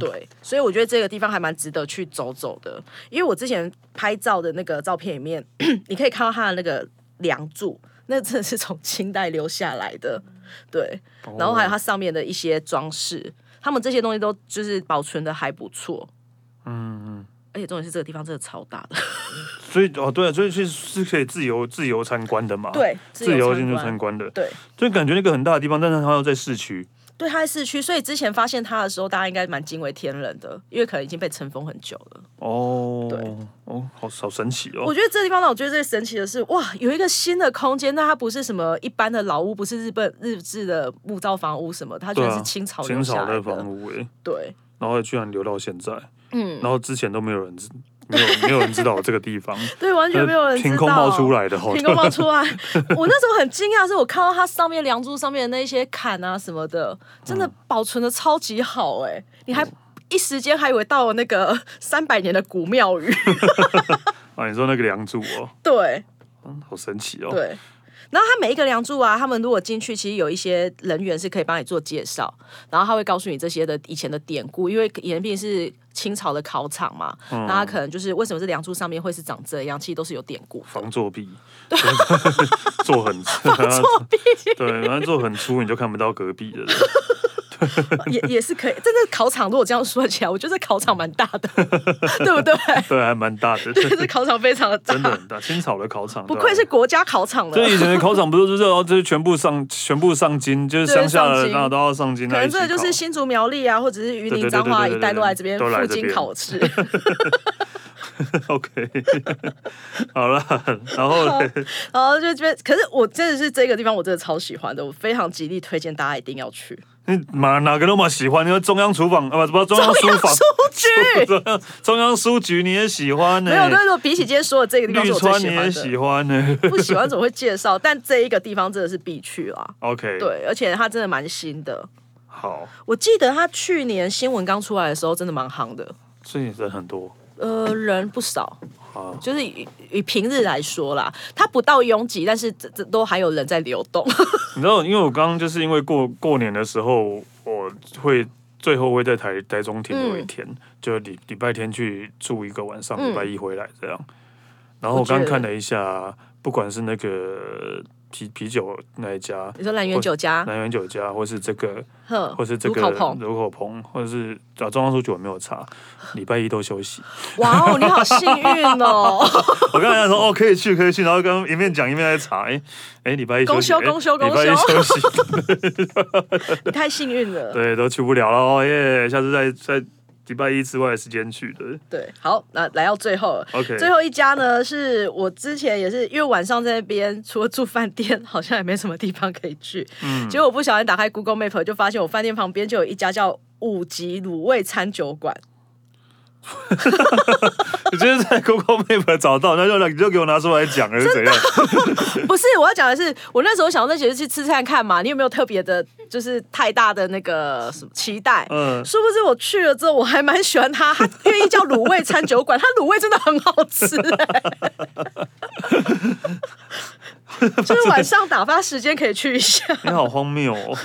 [SPEAKER 2] 对，所以我觉得这个地方还蛮值得去走走的，因为我之前拍照的那个照片里面， [clears throat] 你可以看到它的那个梁柱，那真的是从清代留下来的，对，
[SPEAKER 1] 哦
[SPEAKER 2] 然后还有它上面的一些装饰，他们这些东西都就是保存的还不错，
[SPEAKER 1] 嗯，嗯
[SPEAKER 2] 而且重点是这个地方真的超大的，
[SPEAKER 1] 所以哦，对、啊，所以是是可以自由自由参观的嘛，，
[SPEAKER 2] [laughs] 对，
[SPEAKER 1] 自由进
[SPEAKER 2] 参
[SPEAKER 1] 入
[SPEAKER 2] 观
[SPEAKER 1] 参观的，
[SPEAKER 2] 对
[SPEAKER 1] 就感觉那个很大的地方，但是它要在市区，
[SPEAKER 2] 对，它在市区，所以之前发现它的时候，大家应该蛮惊为天人的，因为可能已经被尘封很久了。
[SPEAKER 1] 哦，
[SPEAKER 2] 对，
[SPEAKER 1] 哦，好好神奇
[SPEAKER 2] 我
[SPEAKER 1] 哦，
[SPEAKER 2] 觉得这地方让我觉得最神奇的是，哇，有一个新的空间，但它不是什么一般的老屋，不是日本日制的木造房屋什么，它居
[SPEAKER 1] 对
[SPEAKER 2] 然
[SPEAKER 1] 啊，
[SPEAKER 2] 是清朝留
[SPEAKER 1] 清
[SPEAKER 2] 下
[SPEAKER 1] 朝
[SPEAKER 2] 来
[SPEAKER 1] 的房屋哎，
[SPEAKER 2] 对，
[SPEAKER 1] 然后居然留到现在，
[SPEAKER 2] 嗯，
[SPEAKER 1] 然后之前都没有人知，没有没有人知道有这个地方，
[SPEAKER 2] 对，完全没有人知道。
[SPEAKER 1] 凭空冒出来的哦，
[SPEAKER 2] 凭空冒出来。
[SPEAKER 1] [laughs]
[SPEAKER 2] 我那时候很惊讶，是我看到它上面梁柱上面的那些坎啊什么的，真
[SPEAKER 1] 嗯
[SPEAKER 2] 的保存的超级好哎、你还。一时间还以为到了那个 [laughs] 三百年的古庙宇，
[SPEAKER 1] 啊，你说那个梁柱哦，
[SPEAKER 2] 对
[SPEAKER 1] 嗯好神奇哦，
[SPEAKER 2] 对。然后它每一个梁柱啊，他们如果进去，其实有一些人员是可以帮你做介绍，然后他会告诉你这些的以前的典故，因为延毕是清朝的考场嘛，
[SPEAKER 1] 嗯
[SPEAKER 2] 那他可能就是为什么这梁柱上面会是长这样，其实都是有典故。
[SPEAKER 1] 防作弊， [laughs] 做很防 [laughs]
[SPEAKER 2] 作弊
[SPEAKER 1] 对，然后做很粗，你就看不到隔壁的人。
[SPEAKER 2] 也也是可以。真的考场，如果这样说起来，我觉得这考场蛮大的， [laughs] 对不对？ [laughs]
[SPEAKER 1] 对，还蛮大的，
[SPEAKER 2] 这考场非常的
[SPEAKER 1] 真的啊
[SPEAKER 2] 大，
[SPEAKER 1] 很大。清朝的考场，
[SPEAKER 2] 不
[SPEAKER 1] 对啊
[SPEAKER 2] 愧是。国家考场
[SPEAKER 1] 所以
[SPEAKER 2] 了。
[SPEAKER 1] 以前的考场不是就是要就是全部上全部上京，就是
[SPEAKER 2] 对
[SPEAKER 1] 乡下
[SPEAKER 2] 上
[SPEAKER 1] 的
[SPEAKER 2] 京
[SPEAKER 1] 然后都要上京
[SPEAKER 2] 可
[SPEAKER 1] 来
[SPEAKER 2] 能
[SPEAKER 1] 一起
[SPEAKER 2] 这
[SPEAKER 1] 考，
[SPEAKER 2] 个就是新竹苗栗啊，或者是云林
[SPEAKER 1] 对对对
[SPEAKER 2] 彰
[SPEAKER 1] 对
[SPEAKER 2] 化
[SPEAKER 1] 对对
[SPEAKER 2] 一带
[SPEAKER 1] 对
[SPEAKER 2] 都来这边
[SPEAKER 1] 都来
[SPEAKER 2] 附
[SPEAKER 1] 这
[SPEAKER 2] 近
[SPEAKER 1] 边
[SPEAKER 2] 考试。
[SPEAKER 1] OK。好了，然后嘞
[SPEAKER 2] 然后就觉得，可是我真的是这个地方，我真的超喜欢的，我非常极力推荐大家一定要去。
[SPEAKER 1] 你哪哪个那么喜欢？你说中央厨房啊，不不，中央书房，[laughs]
[SPEAKER 2] 局
[SPEAKER 1] 中央中央书局你也喜欢呢、欸
[SPEAKER 2] 没有，但是我比起今天说的这个地方
[SPEAKER 1] 绿
[SPEAKER 2] 是我最
[SPEAKER 1] 川你
[SPEAKER 2] 喜
[SPEAKER 1] 也
[SPEAKER 2] 欢的，
[SPEAKER 1] 喜欢欸呢、
[SPEAKER 2] 不喜欢怎么会介绍？但这一个地方真的是必去啦。
[SPEAKER 1] OK，，
[SPEAKER 2] 对，而且它真的蛮新的。
[SPEAKER 1] 好，
[SPEAKER 2] 我记得他去年新闻刚出来的时候，真的蛮夯的，
[SPEAKER 1] 所以人很多
[SPEAKER 2] 呃，人不少，
[SPEAKER 1] 啊。
[SPEAKER 2] 就是以以平日来说啦，它不到拥挤，但是这这都还有人在流动。 [laughs]
[SPEAKER 1] 你知道，因为我刚刚就是因为过过年的时候，我会最后会在台台中停留一天，就礼礼拜天去住一个晚上，
[SPEAKER 2] 嗯
[SPEAKER 1] 礼拜一回来这样。然后我
[SPEAKER 2] 我觉得
[SPEAKER 1] 刚看了一下，不管是那个啤啤酒那一家。
[SPEAKER 2] 你说兰园酒家，
[SPEAKER 1] 南园酒家，或是这个，
[SPEAKER 2] 哼
[SPEAKER 1] 或是这个
[SPEAKER 2] 口棚，
[SPEAKER 1] 卢口棚，或者是啊，中央书局我没有查，礼拜一都休息。
[SPEAKER 2] 哇哦，你好幸运
[SPEAKER 1] [laughs]
[SPEAKER 2] 哦！
[SPEAKER 1] 我刚才说哦，可以去，可以去，然后跟他们一面讲一面在查，哎哎，礼拜一休息，
[SPEAKER 2] 公休
[SPEAKER 1] 哎
[SPEAKER 2] 公休公
[SPEAKER 1] 礼拜一休
[SPEAKER 2] 休
[SPEAKER 1] 息，
[SPEAKER 2] 你太幸运了。
[SPEAKER 1] [laughs] 对，都去不了了哦耶！下次再在礼拜一之外的时间去的。
[SPEAKER 2] 对，好，那来到最后了。
[SPEAKER 1] OK，
[SPEAKER 2] 最后一家呢，是我之前也是因为晚上在那边，除了住饭店，好像也没什么地方可以去。
[SPEAKER 1] 嗯
[SPEAKER 2] 结果我不小心打开 Google Map，就发现我饭店旁边就有一家叫五级卤味餐酒馆。
[SPEAKER 1] [laughs] 你今天在 Google Map 找到，那就你就给我拿出来讲，还是怎样？
[SPEAKER 2] [laughs] 不是，我要讲的是，我那时候想那几次去吃吃看看嘛，你有没有特别的，就是太大的那个什么期待？
[SPEAKER 1] 嗯，
[SPEAKER 2] 殊不知我去了之后，我还蛮喜欢它，它愿意叫卤味餐酒馆，它卤味真的很好吃、欸就是晚上打发时间可以去一下，
[SPEAKER 1] 你好荒谬哦！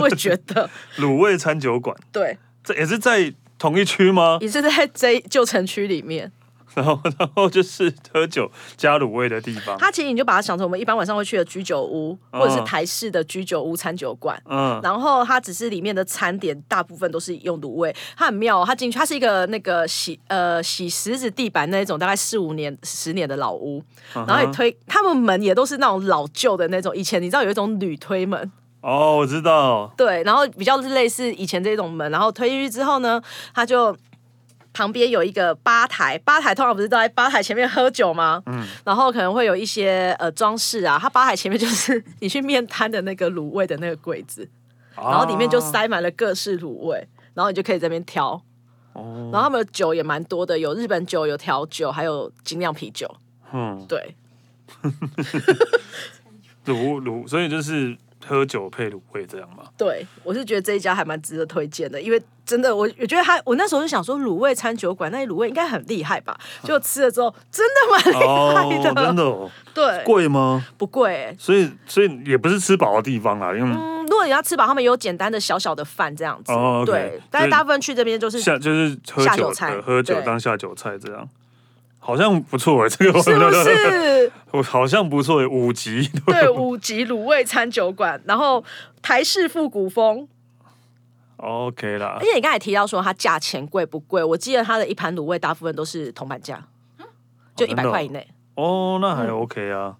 [SPEAKER 2] 我也觉得
[SPEAKER 1] 卤味餐酒馆，
[SPEAKER 2] 对，
[SPEAKER 1] 这也是在同一区
[SPEAKER 2] [laughs]
[SPEAKER 1] 吗？
[SPEAKER 2] 也是在这旧城区里面。
[SPEAKER 1] 然后，然后就是喝酒加卤味的地
[SPEAKER 2] [laughs]
[SPEAKER 1] 方。
[SPEAKER 2] 它其实你就把它想成我们一般晚上会去的居酒屋，或者是台式的居酒屋餐酒馆。
[SPEAKER 1] 嗯，
[SPEAKER 2] 然后它只是里面的餐点大部分都是用卤味，它很妙、哦，它进去它是一个那个洗呃洗石子地板那一种大概四五年十年的老屋，然后也推他们门也都是那种老旧的那种，以前你知道有一种铝推门，
[SPEAKER 1] 哦，我知道，
[SPEAKER 2] 对，然后比较是类似以前这种门，然后推进去之后呢，它就。旁边有一个吧台，吧台通常不是都在吧台前面喝酒吗？嗯，然后可能会有一些呃装饰啊，它吧台前面就是 [laughs] 你去面摊的那个卤味的那个柜子，然
[SPEAKER 1] 然
[SPEAKER 2] 后里面就塞满了各式卤味，然后你就可以在那边挑。
[SPEAKER 1] 哦，
[SPEAKER 2] 然后他们的酒也蛮多的，有日本酒，有调酒，还有精酿啤酒。
[SPEAKER 1] 嗯，
[SPEAKER 2] 对，
[SPEAKER 1] 卤卤，所以就是喝酒配卤味这样
[SPEAKER 2] [laughs]
[SPEAKER 1] 嘛。
[SPEAKER 2] 对我是觉得这一家还蛮值得推荐的，因为真的我我觉得他，我那时候就想说卤味餐酒馆，那卤味应该很厉害
[SPEAKER 1] [laughs]
[SPEAKER 2] 吧？结果吃了之后真的蛮
[SPEAKER 1] 哦
[SPEAKER 2] 厉害，的，
[SPEAKER 1] 真的哦，
[SPEAKER 2] [laughs] 对，
[SPEAKER 1] 贵吗？
[SPEAKER 2] 不贵、欸。
[SPEAKER 1] 所以，所以也不是吃饱的地方啦，因为。
[SPEAKER 2] 嗯，如果你要吃饱，他们也有简单的小小的饭这样子，
[SPEAKER 1] 哦，OK
[SPEAKER 2] 对。但是大部分去这边就是
[SPEAKER 1] 下就是喝
[SPEAKER 2] 嗯下
[SPEAKER 1] 酒
[SPEAKER 2] 酒菜
[SPEAKER 1] 的，喝酒
[SPEAKER 2] 对
[SPEAKER 1] 当下酒菜这样，好像不错哎，这个
[SPEAKER 2] 是不是？
[SPEAKER 1] [laughs] 我好像不错哎，五级
[SPEAKER 2] 对，五级卤味餐酒馆，然后台式复古风，
[SPEAKER 1] OK 啦
[SPEAKER 2] 而，且你刚才提到说它价钱贵不贵？我记得它的一盘卤味大部分都是铜板价，就一
[SPEAKER 1] 真
[SPEAKER 2] 百
[SPEAKER 1] 的哦
[SPEAKER 2] 块以内。
[SPEAKER 1] 哦，那还 OK 啊，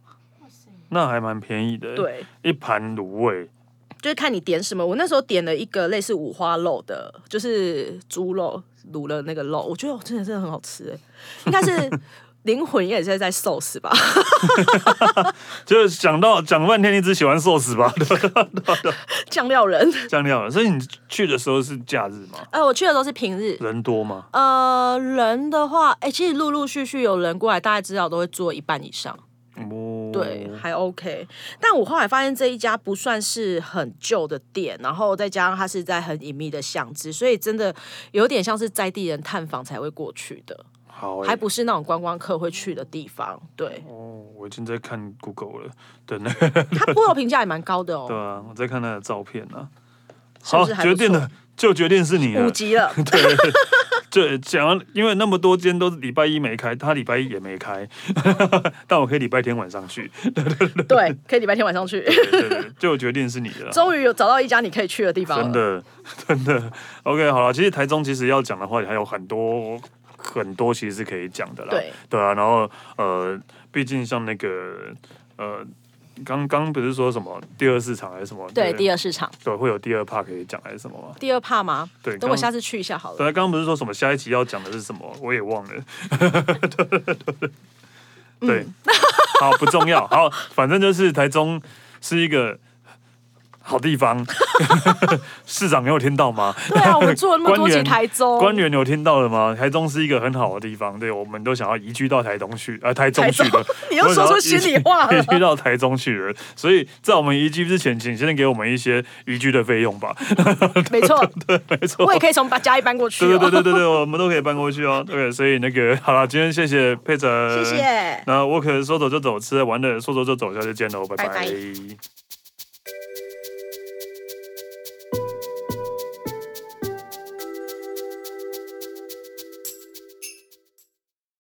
[SPEAKER 1] 那还蛮便宜的，，
[SPEAKER 2] 嗯对
[SPEAKER 1] 一盘卤味
[SPEAKER 2] 就是看你点什么。我那时候点了一个类似五花肉的，就是猪肉卤了那个肉，我觉得哦真的真的很好吃欸，应该
[SPEAKER 1] [laughs]
[SPEAKER 2] 是灵魂也是在寿司吧。
[SPEAKER 1] 就是讲到讲了半天，你只喜欢寿司吧？ [laughs] 对
[SPEAKER 2] 酱料人。
[SPEAKER 1] 酱料了。所以你去的时候是假日吗？
[SPEAKER 2] 呃，我去的都是平日。
[SPEAKER 1] 人多吗？
[SPEAKER 2] 呃，人的话，哎、其实陆陆续续有人过来，大概至少都会做一半以上，
[SPEAKER 1] 哦，
[SPEAKER 2] 对，还 OK。但我后来发现这一家不算是很旧的店，然后再加上它是在很隐秘的巷子，所以真的有点像是在地人探访才会过去的，
[SPEAKER 1] 好、欸，，
[SPEAKER 2] 还不是那种观光客会去的地方。对
[SPEAKER 1] 哦，我已经在看 Google 了，对那
[SPEAKER 2] [laughs] 它不过评价也蛮高的
[SPEAKER 1] 对啊，
[SPEAKER 2] 哦，
[SPEAKER 1] 我在看他的照片啊。
[SPEAKER 2] 是不
[SPEAKER 1] 好，
[SPEAKER 2] 是还
[SPEAKER 1] 决
[SPEAKER 2] 不错
[SPEAKER 1] 定了，就决定是你了
[SPEAKER 2] 五。级了，
[SPEAKER 1] 对，对，讲完，因为那么多间都是礼拜一没开，他礼拜一也没开， [laughs] 但我可以礼拜天晚上去。
[SPEAKER 2] 对，可以礼拜天晚上去，
[SPEAKER 1] 对对对，就决定是你了。
[SPEAKER 2] 终于有找到一家你可以去的地方了。
[SPEAKER 1] 真的， [laughs] 真的。OK，好了，其实台中其实要讲的话，还有很多很多其实是可以讲的啦。
[SPEAKER 2] 对，
[SPEAKER 1] 啊，然后呃，毕竟像那个呃，刚刚不是说什么第二市场还是什么？
[SPEAKER 2] 对，
[SPEAKER 1] 对
[SPEAKER 2] 第二市场，
[SPEAKER 1] 对会有第二 part 可以讲还是什么吗？
[SPEAKER 2] 第二怕吗？
[SPEAKER 1] 对，
[SPEAKER 2] 等
[SPEAKER 1] 刚
[SPEAKER 2] 我下次去一下好了。
[SPEAKER 1] 对啊，刚刚不是说什么下一集要讲的是什么？我也忘了。
[SPEAKER 2] 嗯
[SPEAKER 1] 对，好不重要。好，反正就是台中是一个好地方。 [laughs] 市长有听到吗？
[SPEAKER 2] 对啊，我们做了那么多
[SPEAKER 1] 官
[SPEAKER 2] 集
[SPEAKER 1] 员
[SPEAKER 2] 台中，
[SPEAKER 1] 官员有听到了吗？台中是一个很好的地方，对我们都想要移居到台东去，呃，台中去
[SPEAKER 2] 台
[SPEAKER 1] 的。
[SPEAKER 2] 你又说出心里话
[SPEAKER 1] 移
[SPEAKER 2] 了。
[SPEAKER 1] 居 [laughs] 到台中去了，所以在我们移居之前，请先给我们一些移居的费用吧。
[SPEAKER 2] 没错，
[SPEAKER 1] 没错，
[SPEAKER 2] 我也可以从家里搬过去、
[SPEAKER 1] 对
[SPEAKER 2] 哦。
[SPEAKER 1] 对对对对对，我们都可以搬过去
[SPEAKER 2] [laughs]
[SPEAKER 1] 哦。对，所以那个好了，今天谢谢佩哲，
[SPEAKER 2] 谢谢。
[SPEAKER 1] 那我可能说走就走，吃的玩的说走就走，下次见喽，拜
[SPEAKER 2] 拜拜